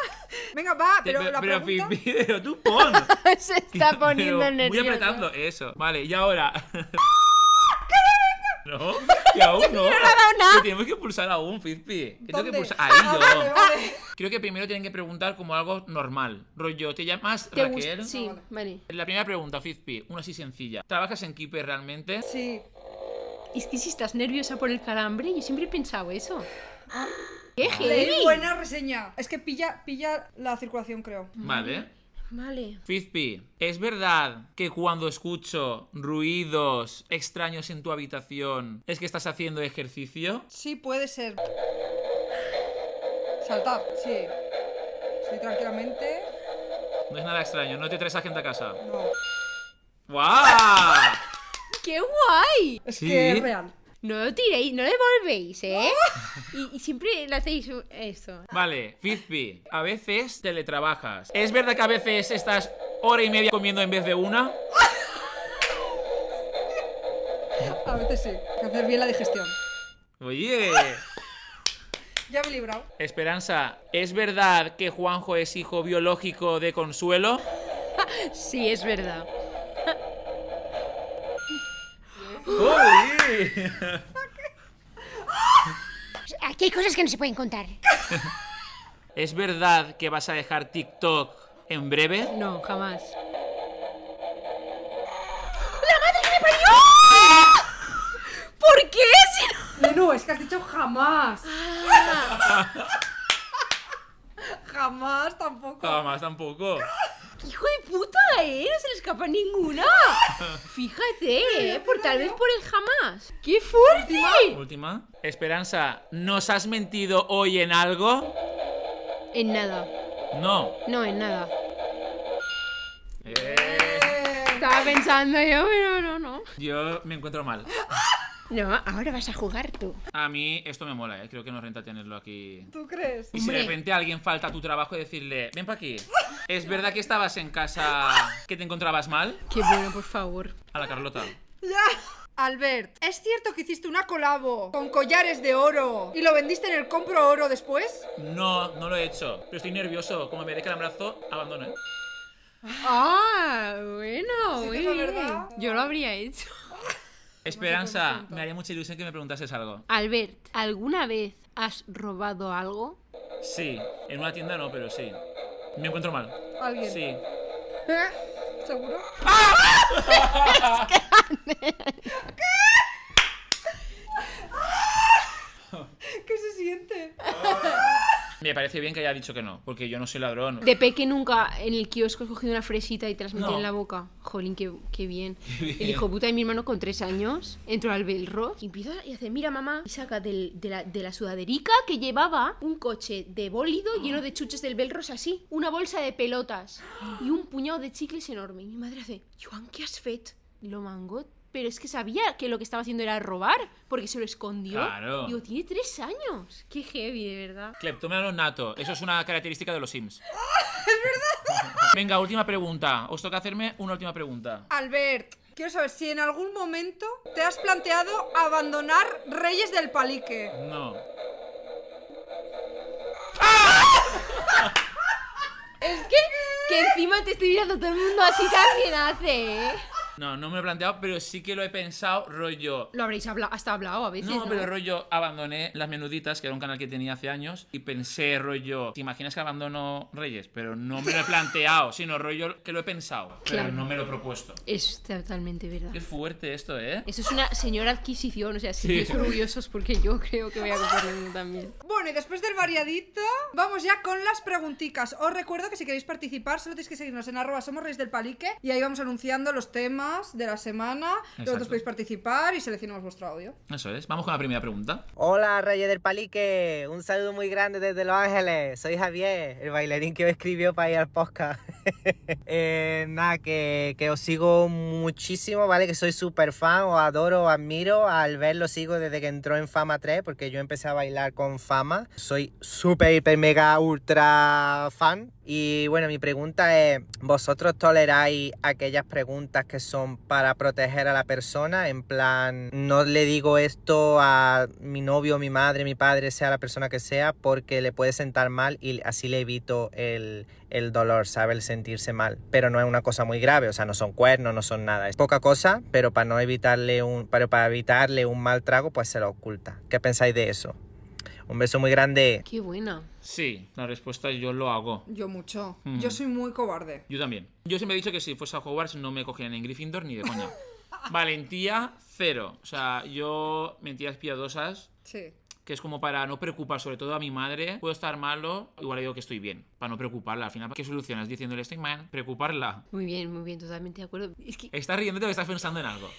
[SPEAKER 3] Venga, va,
[SPEAKER 2] Te-
[SPEAKER 3] pero la pregunta...
[SPEAKER 2] pi- pi- pero tú pon.
[SPEAKER 7] (laughs) Se está poniendo
[SPEAKER 2] Pero
[SPEAKER 7] nervioso.
[SPEAKER 2] Voy apretando eso. Vale, y ahora. No, y aún no. Que tenemos que pulsar aún, Fizpi. Que tengo que
[SPEAKER 3] ¿Dónde?
[SPEAKER 2] pulsar.
[SPEAKER 3] Ah,
[SPEAKER 2] Ahí
[SPEAKER 3] vale,
[SPEAKER 2] yo.
[SPEAKER 3] vale.
[SPEAKER 2] Creo que primero tienen que preguntar como algo normal. Rollo, ¿te llamas
[SPEAKER 7] ¿Te
[SPEAKER 2] Raquel?
[SPEAKER 7] gusta? Sí, vale.
[SPEAKER 2] La primera pregunta, Fizpi, una así sencilla. ¿Trabajas en Kipe realmente?
[SPEAKER 3] Sí.
[SPEAKER 7] Es que si estás nerviosa por el calambre, yo siempre he pensado eso. ¡Qué
[SPEAKER 3] Leí
[SPEAKER 7] heavy!
[SPEAKER 3] buena reseña. Es que pilla, pilla la circulación, creo.
[SPEAKER 2] Vale.
[SPEAKER 7] Vale.
[SPEAKER 2] Fizpi, ¿es verdad que cuando escucho ruidos extraños en tu habitación es que estás haciendo ejercicio?
[SPEAKER 3] Sí, puede ser. Saltar, sí. Estoy tranquilamente.
[SPEAKER 2] No es nada extraño, no te traes a gente a casa.
[SPEAKER 3] No.
[SPEAKER 2] ¡Guau!
[SPEAKER 7] ¡Qué guay!
[SPEAKER 3] Es
[SPEAKER 2] Sí.
[SPEAKER 3] que es real.
[SPEAKER 7] No lo tiréis, no devolvéis, ¿eh? Y, y siempre le hacéis esto.
[SPEAKER 2] Vale, Fizpi, a veces teletrabajas. ¿Es verdad que a veces estás hora y media comiendo en vez de una?
[SPEAKER 3] A veces sí. Hay que hacer bien la digestión.
[SPEAKER 2] Oye,
[SPEAKER 3] Ya me he librado.
[SPEAKER 2] Esperanza, ¿es verdad que Juanjo es hijo biológico de Consuelo?
[SPEAKER 7] Sí, es verdad.
[SPEAKER 2] ¡Oye!
[SPEAKER 10] Aquí hay cosas que no se pueden contar.
[SPEAKER 2] ¿Es verdad que vas a dejar TikTok en breve?
[SPEAKER 7] No, jamás.
[SPEAKER 9] ¿Por qué? Si no-
[SPEAKER 3] Menú, es que has dicho jamás. Ah. (laughs) jamás tampoco.
[SPEAKER 2] Nada más tampoco.
[SPEAKER 7] ¡Hijo de puta, eh! No se le escapa ninguna. (laughs) Fíjate, eh. Por, tal vez por el jamás. ¡Qué fuerte!
[SPEAKER 2] Última. Esperanza, ¿nos has mentido hoy en algo?
[SPEAKER 7] En nada.
[SPEAKER 2] No.
[SPEAKER 7] No, en nada.
[SPEAKER 2] Eh,
[SPEAKER 3] Eh,
[SPEAKER 7] Estaba pensando yo, pero no, no.
[SPEAKER 2] yo me encuentro mal.
[SPEAKER 7] No, ahora vas a jugar tú.
[SPEAKER 2] A mí esto me mola, ¿eh? creo que nos renta tenerlo aquí.
[SPEAKER 3] ¿Tú crees?
[SPEAKER 2] Y si de repente alguien falta a tu trabajo y decirle, ven para aquí. ¿Es verdad que estabas en casa que te encontrabas mal?
[SPEAKER 7] Qué bueno, por favor.
[SPEAKER 2] A la Carlota.
[SPEAKER 3] ¡Ya! Albert, ¿es cierto que hiciste una colabo con collares de oro y lo vendiste en el compro oro después?
[SPEAKER 2] No, no lo he hecho. Pero estoy nervioso. Como me deja el brazo, abandono. ¿eh?
[SPEAKER 7] Ah, bueno,
[SPEAKER 3] Sí que
[SPEAKER 7] muy
[SPEAKER 3] es la
[SPEAKER 7] bien.
[SPEAKER 3] verdad.
[SPEAKER 7] Yo lo habría hecho.
[SPEAKER 2] Esperanza, me haría mucha ilusión que me preguntases algo.
[SPEAKER 7] Albert, ¿alguna vez has robado algo?
[SPEAKER 2] Sí, en una tienda no, pero sí. Me encuentro mal.
[SPEAKER 3] ¿Alguien?
[SPEAKER 2] Sí.
[SPEAKER 3] ¿Eh? ¿Seguro? (laughs) ¿Qué? ¿Qué se siente?
[SPEAKER 2] Me parece bien que haya dicho que no, porque yo no soy ladrón.
[SPEAKER 7] De peque nunca en el kiosco has cogido una fresita y te las metido
[SPEAKER 2] No.
[SPEAKER 7] en la boca. Jolín, qué, qué bien.
[SPEAKER 2] bien.
[SPEAKER 7] El hijo puta de mi hermano con tres años entró al Belros y empieza y hace, mira mamá, y saca del- de, la, de la sudaderica que llevaba un coche de bólido lleno de chuches del Belros así, una bolsa de pelotas y un puñado de chicles enorme. Y mi madre hace, Joan, ¿qué has fet? Lo mangot. Pero es que sabía que lo que estaba haciendo era robar, porque se lo escondió.
[SPEAKER 2] Claro.
[SPEAKER 7] Digo, tiene tres años. Qué heavy, de verdad.
[SPEAKER 2] Cleptómano nato, eso es una característica de los
[SPEAKER 7] (laughs)
[SPEAKER 2] Sims. ¡Es
[SPEAKER 7] ¡Ah!
[SPEAKER 2] verdad! Venga, última pregunta. Os toca hacerme una última pregunta.
[SPEAKER 3] Albert, quiero saber si en algún momento te has planteado abandonar Reyes del Palique.
[SPEAKER 2] No.
[SPEAKER 7] Que encima te estoy mirando todo el mundo así también hace, ¿eh?
[SPEAKER 2] No, no me lo he planteado, pero sí que lo he pensado, rollo.
[SPEAKER 7] Lo habréis habla- hasta hablado a veces.
[SPEAKER 2] No,
[SPEAKER 7] No,
[SPEAKER 2] pero rollo, abandoné Las Menuditas, que era un canal que tenía hace años, y pensé, rollo, ¿te imaginas que abandono Reyes? Pero no me lo he planteado, sino rollo que lo he pensado, pero
[SPEAKER 7] Claro.
[SPEAKER 2] no me lo he propuesto.
[SPEAKER 7] Es totalmente verdad.
[SPEAKER 2] Qué fuerte esto, ¿eh?
[SPEAKER 7] Eso es una señora adquisición, o sea, sí,
[SPEAKER 2] Sí.
[SPEAKER 7] orgullosos porque yo creo que voy a comprarle uno también.
[SPEAKER 3] Bueno, y después del variadito, vamos ya con las pregunticas. Os recuerdo que si queréis participar, solo tenéis que seguirnos en arroba somos reyes del palique y ahí vamos anunciando los temas de la semana. Vosotros
[SPEAKER 2] Exacto.
[SPEAKER 3] podéis participar y seleccionamos vuestro audio.
[SPEAKER 2] Eso es. Vamos con la primera pregunta.
[SPEAKER 11] Hola, Reyes del Palique. Un saludo muy grande desde Los Ángeles. Soy Javier, el bailarín que me escribió para ir al podcast. (laughs) Eh, nada, que, que os sigo muchísimo, ¿vale? Que soy súper fan, os adoro, os admiro. Al ver lo sigo desde que entró en Fama 3, porque yo empecé a bailar con Fama. Soy súper, hiper, mega, ultra fan. Y bueno, mi pregunta es, ¿vosotros toleráis aquellas preguntas que son para proteger a la persona? En plan, no le digo esto a mi novio, mi madre, mi padre, sea la persona que sea, porque le puede sentar mal y así le evito el, el dolor, ¿sabe? El sentirse mal. Pero no es una cosa muy grave, o sea, no son cuernos, no son nada. Es poca cosa, pero para no evitarle un, pero para evitarle un mal trago, pues se lo oculta. ¿Qué pensáis de eso? Un beso muy grande.
[SPEAKER 7] Qué buena.
[SPEAKER 2] Sí, la respuesta yo lo hago.
[SPEAKER 3] Yo mucho.
[SPEAKER 2] Mm.
[SPEAKER 3] Yo soy muy cobarde.
[SPEAKER 2] Yo también. Yo siempre he dicho que si fuese a Hogwarts no me cogían en Gryffindor ni de
[SPEAKER 7] (laughs)
[SPEAKER 2] coña. Valentía, cero. O sea, yo mentiras piadosas,
[SPEAKER 3] Sí.
[SPEAKER 2] que es como para no preocupar, sobre todo a mi madre. Puedo estar malo, igual le digo que estoy bien. Para no preocuparla. Al final, ¿qué solucionas diciéndole estoy mal? Preocuparla.
[SPEAKER 7] Muy bien, muy bien, totalmente de acuerdo. Es que
[SPEAKER 2] Estás riéndote o estás pensando en
[SPEAKER 7] (laughs)
[SPEAKER 2] algo.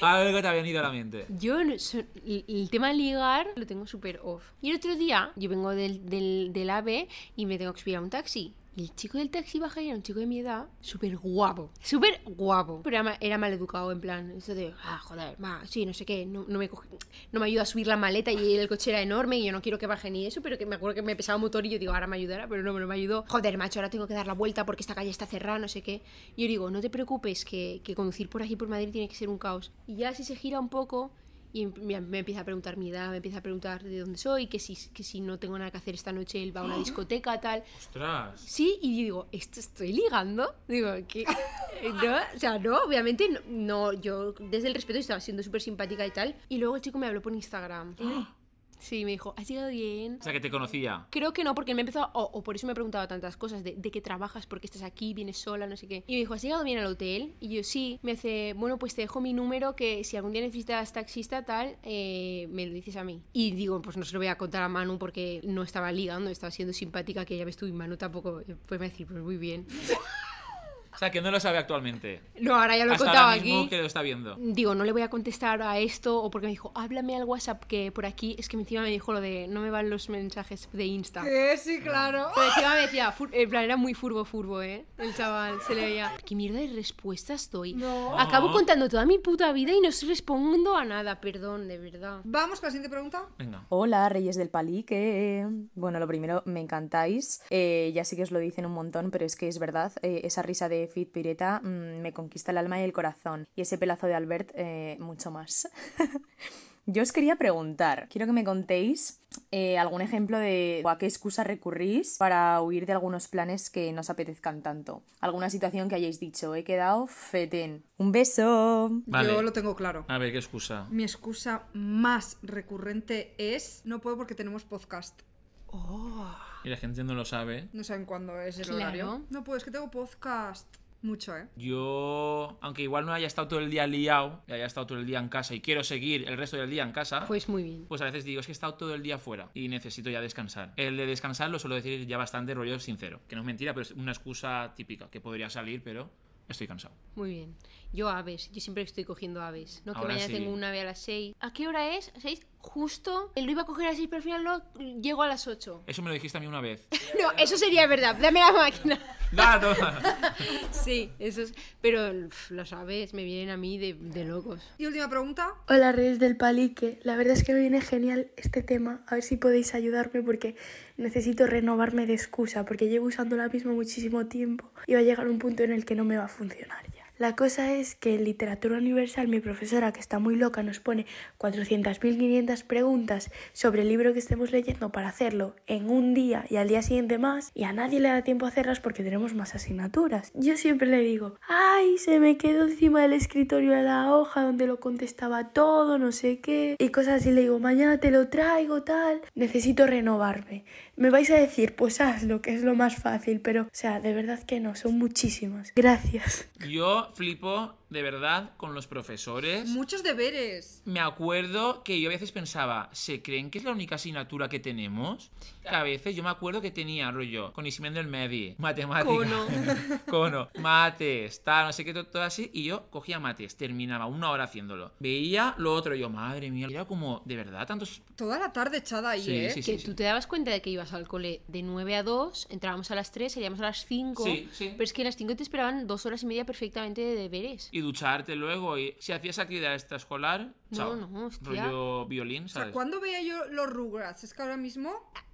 [SPEAKER 2] Algo te ha venido a la mente.
[SPEAKER 7] yo, no so- el, el tema de ligar lo tengo súper off. Y el otro día, yo vengo del, del, del AVE y me tengo que subir a un taxi. Y el chico del taxi baja y era un chico de mi edad, súper guapo, súper guapo. Pero era, ma- era mal educado, en plan, eso de, ah, joder, ma, sí, no sé qué, no, no me coge- no me ayuda a subir la maleta y el coche era enorme y yo no quiero que baje ni eso, pero que me acuerdo que me pesaba un motor y yo digo, ahora me ayudará, pero no, no me ayudó. Joder, macho, ahora tengo que dar la vuelta porque esta calle está cerrada, no sé qué. Y yo digo, no te preocupes, que, que conducir por aquí, por Madrid, tiene que ser un caos. Y ya si se gira un poco, y me, me empieza a preguntar mi edad, me empieza a preguntar de dónde soy, que si, que si no tengo nada que hacer esta noche, él va a una discoteca, tal.
[SPEAKER 2] Ostras.
[SPEAKER 7] Sí, y yo digo, ¿esto estoy ligando? Digo, que eh, No, o sea, no, obviamente no, no, yo desde el respeto estaba siendo súper simpática y tal. Y luego el chico me habló por Instagram. Sí, me dijo, ¿has llegado bien?
[SPEAKER 2] O sea, que te conocía.
[SPEAKER 7] Creo que no, porque me empezó, o, o por eso me preguntaba tantas cosas, de, de qué trabajas, por qué estás aquí, vienes sola, no sé qué. Y me dijo, ¿has llegado bien al hotel? Y yo sí, me dice, bueno, pues te dejo mi número, que si algún día necesitas taxista, tal, eh, me lo dices a mí. Y digo, pues no se lo voy a contar a Manu porque no estaba ligando, estaba siendo simpática, que ya ves tú, y Manu tampoco, eh, pues me va a decir, pues muy bien.
[SPEAKER 2] sea, que no lo sabe actualmente.
[SPEAKER 7] (laughs) No, ahora ya lo he
[SPEAKER 2] Hasta
[SPEAKER 7] contado
[SPEAKER 2] ahora mismo
[SPEAKER 7] aquí.
[SPEAKER 2] que lo está viendo.
[SPEAKER 7] Digo, no le voy a contestar a esto o porque me dijo, háblame al WhatsApp que por aquí es que encima me dijo lo de no me van los mensajes de Insta.
[SPEAKER 3] Que sí, claro.
[SPEAKER 7] Pero encima me decía, fur- en plan, era muy furbo, furbo, ¿eh? El chaval, se le veía. ¿Qué mierda de respuestas doy? Acabo contando toda mi puta vida y no respondo a nada, perdón, de verdad.
[SPEAKER 3] Vamos con la siguiente pregunta.
[SPEAKER 2] Venga.
[SPEAKER 12] Hola, Reyes del Palique. Bueno, lo primero, me encantáis. Eh, ya sé que os lo dicen un montón, pero es que es verdad, eh, esa risa de Fit Pireta mm, me conquista el alma y el corazón. Y ese pelazo de Albert, eh, mucho más. (laughs) Yo os quería preguntar, quiero que me contéis eh, algún ejemplo de o a qué excusa recurrís para huir de algunos planes que nos apetezcan tanto. Alguna situación que hayáis dicho, he quedado fetén. Un beso.
[SPEAKER 2] Vale.
[SPEAKER 3] Yo lo tengo claro.
[SPEAKER 2] A ver, ¿qué excusa?
[SPEAKER 3] Mi excusa más recurrente es no puedo porque tenemos podcast.
[SPEAKER 2] Y la gente no lo sabe.
[SPEAKER 3] No saben cuándo es el
[SPEAKER 7] Claro.
[SPEAKER 3] horario. No puedo, es que tengo podcast. Mucho, ¿eh?
[SPEAKER 2] Yo, aunque igual no haya estado todo el día liado, y haya estado todo el día en casa y quiero seguir el resto del día en casa,
[SPEAKER 7] Pues muy bien.
[SPEAKER 2] pues a veces digo, es que he estado todo el día fuera y necesito ya descansar. El de descansar lo suelo decir ya bastante rollo sincero, que no es mentira, pero es una excusa típica, que podría salir, pero estoy cansado.
[SPEAKER 7] Muy bien. Yo aves, yo siempre estoy cogiendo aves. No que
[SPEAKER 2] Ahora
[SPEAKER 7] mañana
[SPEAKER 2] sí.
[SPEAKER 7] tengo un ave a las 6. ¿A qué hora es? ¿A 6? Justo. Lo iba a coger a las 6, pero al final no llego a las 8.
[SPEAKER 2] Eso me lo dijiste a mí una vez.
[SPEAKER 7] No, eso sería verdad. Dame la máquina. (laughs)
[SPEAKER 2] ¡Ah, toma!
[SPEAKER 7] Sí, eso es. Pero pf, los aves me vienen a mí de, de locos.
[SPEAKER 3] Y última pregunta.
[SPEAKER 13] Hola Reyes del Palique, la verdad es que me viene genial este tema, a ver si podéis ayudarme porque necesito renovarme de excusa porque llevo usando la misma muchísimo tiempo y va a llegar un punto en el que no me va a funcionar ya. La cosa es que en literatura universal mi profesora, que está muy loca, nos pone 400.500 preguntas sobre el libro que estemos leyendo para hacerlo en un día y al día siguiente más y a nadie le da tiempo a hacerlas porque tenemos más asignaturas. Yo siempre le digo, ay, se me quedó encima del escritorio la hoja donde lo contestaba todo, no sé qué, y cosas así. Le digo, mañana te lo traigo, tal. Necesito renovarme. Me vais a decir, pues hazlo, que es lo más fácil, pero, o sea, de verdad que no, son muchísimas. Gracias.
[SPEAKER 2] Yo flipo de verdad con los profesores.
[SPEAKER 3] Muchos deberes.
[SPEAKER 2] Me acuerdo que yo a veces pensaba, ¿se creen que es la única asignatura que tenemos? Que a veces yo me acuerdo que tenía rollo con Ismael del Medi, matemáticas, (laughs) cono. mates, tal, no sé qué, to- todo así. Y yo cogía mates, terminaba una hora haciéndolo. Veía lo otro, y yo, madre mía, era como, ¿de verdad tantos?
[SPEAKER 3] Toda la tarde echada ahí,
[SPEAKER 2] Sí,
[SPEAKER 3] ¿eh?
[SPEAKER 2] sí,
[SPEAKER 7] que
[SPEAKER 2] sí.
[SPEAKER 7] tú te dabas cuenta de que ibas al cole de 9 a 2, entrábamos a las 3, salíamos a las 5.
[SPEAKER 2] Sí, sí.
[SPEAKER 7] Pero es que a las 5 te esperaban dos horas y media perfectamente de deberes.
[SPEAKER 2] Y ducharte luego, y si hacías actividad extraescolar,
[SPEAKER 7] No,
[SPEAKER 2] chao.
[SPEAKER 7] no, hostia.
[SPEAKER 2] Rollo violín,
[SPEAKER 3] O sea,
[SPEAKER 2] ¿sabes?
[SPEAKER 3] ¿cuándo veía yo los Rugrats? Es que ahora mismo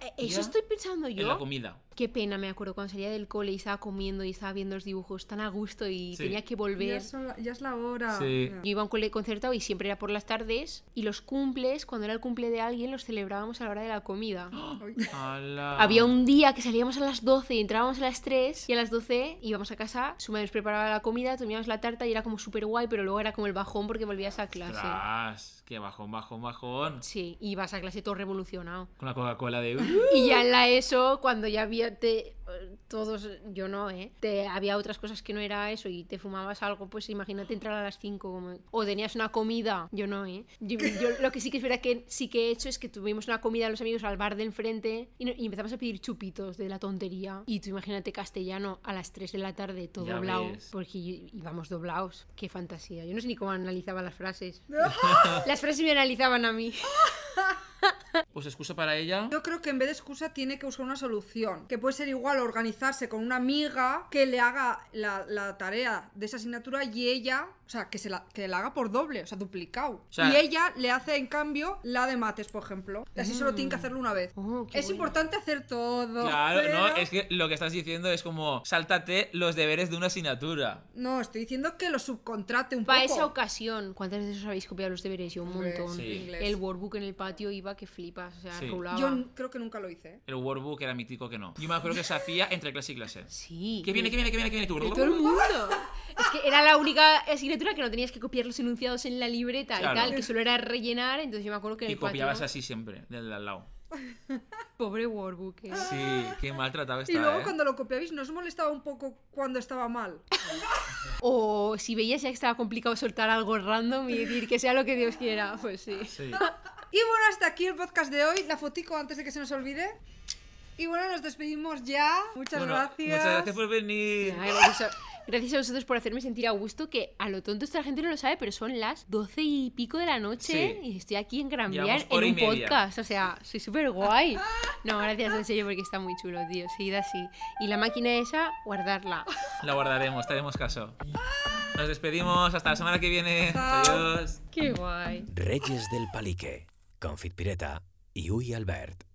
[SPEAKER 7] Eh, Eso
[SPEAKER 2] Ya.
[SPEAKER 7] estoy pensando
[SPEAKER 2] en la
[SPEAKER 7] yo.
[SPEAKER 2] comida.
[SPEAKER 7] Qué pena, me acuerdo, cuando salía del cole y estaba comiendo y estaba viendo los dibujos tan a gusto y
[SPEAKER 2] Sí.
[SPEAKER 7] tenía que
[SPEAKER 3] ya
[SPEAKER 7] volver.
[SPEAKER 3] es, la, ya es la hora.
[SPEAKER 2] Sí.
[SPEAKER 7] Yo iba a un cole concertado y siempre era por las tardes y los cumples, cuando era el cumple de alguien, los celebrábamos a la hora de la
[SPEAKER 2] (gasps)
[SPEAKER 7] comida. (gasps)
[SPEAKER 2] ¡Ah!
[SPEAKER 3] Ay,
[SPEAKER 2] Ala.
[SPEAKER 7] Había un día que salíamos a las 12 y entrábamos a las 3 y a las 12 íbamos a casa, su madre nos preparaba la comida, comíamos la tarta y era como súper guay, pero luego era como el bajón porque volvías a clase.
[SPEAKER 2] Tras, qué bajón, bajón, bajón.
[SPEAKER 7] Sí, ibas a clase todo revolucionado.
[SPEAKER 2] Con la Coca-Cola de...
[SPEAKER 7] (laughs) Y ya
[SPEAKER 2] ¡Uh!
[SPEAKER 7] en la ESO, cuando ya había te, eh, todos, yo no, ¿eh? Te, había otras cosas que no era eso y te fumabas algo, pues imagínate entrar a las 5 como- o tenías una comida, yo no, ¿eh? Yo, yo lo que sí que es verdad que sí que he hecho es que tuvimos una comida los amigos al bar de enfrente y, no- y empezamos a pedir chupitos de la tontería. Y tú imagínate castellano a las 3 de la tarde, todo
[SPEAKER 2] Ya
[SPEAKER 7] doblado,
[SPEAKER 2] ves.
[SPEAKER 7] porque i- íbamos doblados. Qué fantasía. Yo no sé ni cómo analizaba las frases. (laughs) las frases me analizaban a mí.
[SPEAKER 2] Pues excusa para ella.
[SPEAKER 3] Yo creo que en vez de excusa tiene que buscar una solución, que puede ser igual organizarse con una amiga que le haga la, la tarea de esa asignatura y ella, o sea, que, se la, que la haga por doble, o sea, duplicado.
[SPEAKER 2] sea-
[SPEAKER 3] y ella le hace en cambio la de mates, por ejemplo. Y Así solo tiene que hacerlo una vez.
[SPEAKER 7] Oh, qué
[SPEAKER 3] es
[SPEAKER 7] bueno.
[SPEAKER 3] importante hacer todo.
[SPEAKER 2] Mm. Claro,
[SPEAKER 3] pero-
[SPEAKER 2] no, es que lo que estás diciendo es como, sáltate los deberes de una asignatura.
[SPEAKER 3] No, estoy diciendo que lo subcontrate un
[SPEAKER 7] Para
[SPEAKER 3] poco.
[SPEAKER 7] esa ocasión, ¿cuántas veces os habéis copiado los deberes? Yo un
[SPEAKER 3] Hombre,
[SPEAKER 7] montón.
[SPEAKER 2] Sí.
[SPEAKER 3] inglés.
[SPEAKER 7] El workbook en el patio iba que flipas, o sea,
[SPEAKER 2] Sí.
[SPEAKER 7] rulaba.
[SPEAKER 3] Yo n- creo que nunca lo hice. ¿eh?
[SPEAKER 2] El workbook era mítico que no. Yo me acuerdo que se hacía entre clase y clase.
[SPEAKER 7] Sí.
[SPEAKER 2] Que viene, que viene, que viene, que viene tú.
[SPEAKER 7] De todo el mundo. Es que era la única asignatura que no tenías que copiar los enunciados en la libreta
[SPEAKER 2] Claro.
[SPEAKER 7] y tal, que solo era rellenar, entonces yo me acuerdo que en
[SPEAKER 2] Y
[SPEAKER 7] el patio...
[SPEAKER 2] copiabas así siempre, del de al lado.
[SPEAKER 7] Pobre workbook. eh.
[SPEAKER 2] Sí, qué maltratado está,
[SPEAKER 3] Y luego
[SPEAKER 2] ¿eh?
[SPEAKER 3] cuando lo copiabais nos molestaba un poco cuando estaba mal.
[SPEAKER 7] O si veías ya que estaba complicado soltar algo random y decir que sea lo que Dios quiera, pues sí.
[SPEAKER 2] ¿eh?
[SPEAKER 7] (laughs)
[SPEAKER 2] Sí.
[SPEAKER 3] Y bueno, hasta aquí el podcast de hoy. La fotico antes de que se nos olvide. Y bueno, nos despedimos ya. Muchas
[SPEAKER 2] Bueno,
[SPEAKER 3] gracias.
[SPEAKER 2] Muchas gracias por venir.
[SPEAKER 7] Ay, nos, Gracias a vosotros por hacerme sentir a gusto, que a lo tonto esta gente no lo sabe, pero son las doce y pico de la noche
[SPEAKER 2] Sí.
[SPEAKER 7] y estoy aquí en Gran Vía
[SPEAKER 2] Llevamos
[SPEAKER 7] en
[SPEAKER 2] hora y
[SPEAKER 7] un
[SPEAKER 2] media.
[SPEAKER 7] podcast. O sea, soy súper guay. No, gracias en serio porque está muy chulo, tío. Seguida así. Y la máquina esa, guardarla.
[SPEAKER 2] La guardaremos, te haremos caso. Nos despedimos, hasta la semana que viene. Adiós.
[SPEAKER 7] Qué guay.
[SPEAKER 6] Reyes del Palique, Confit Pireta y Uy Albert.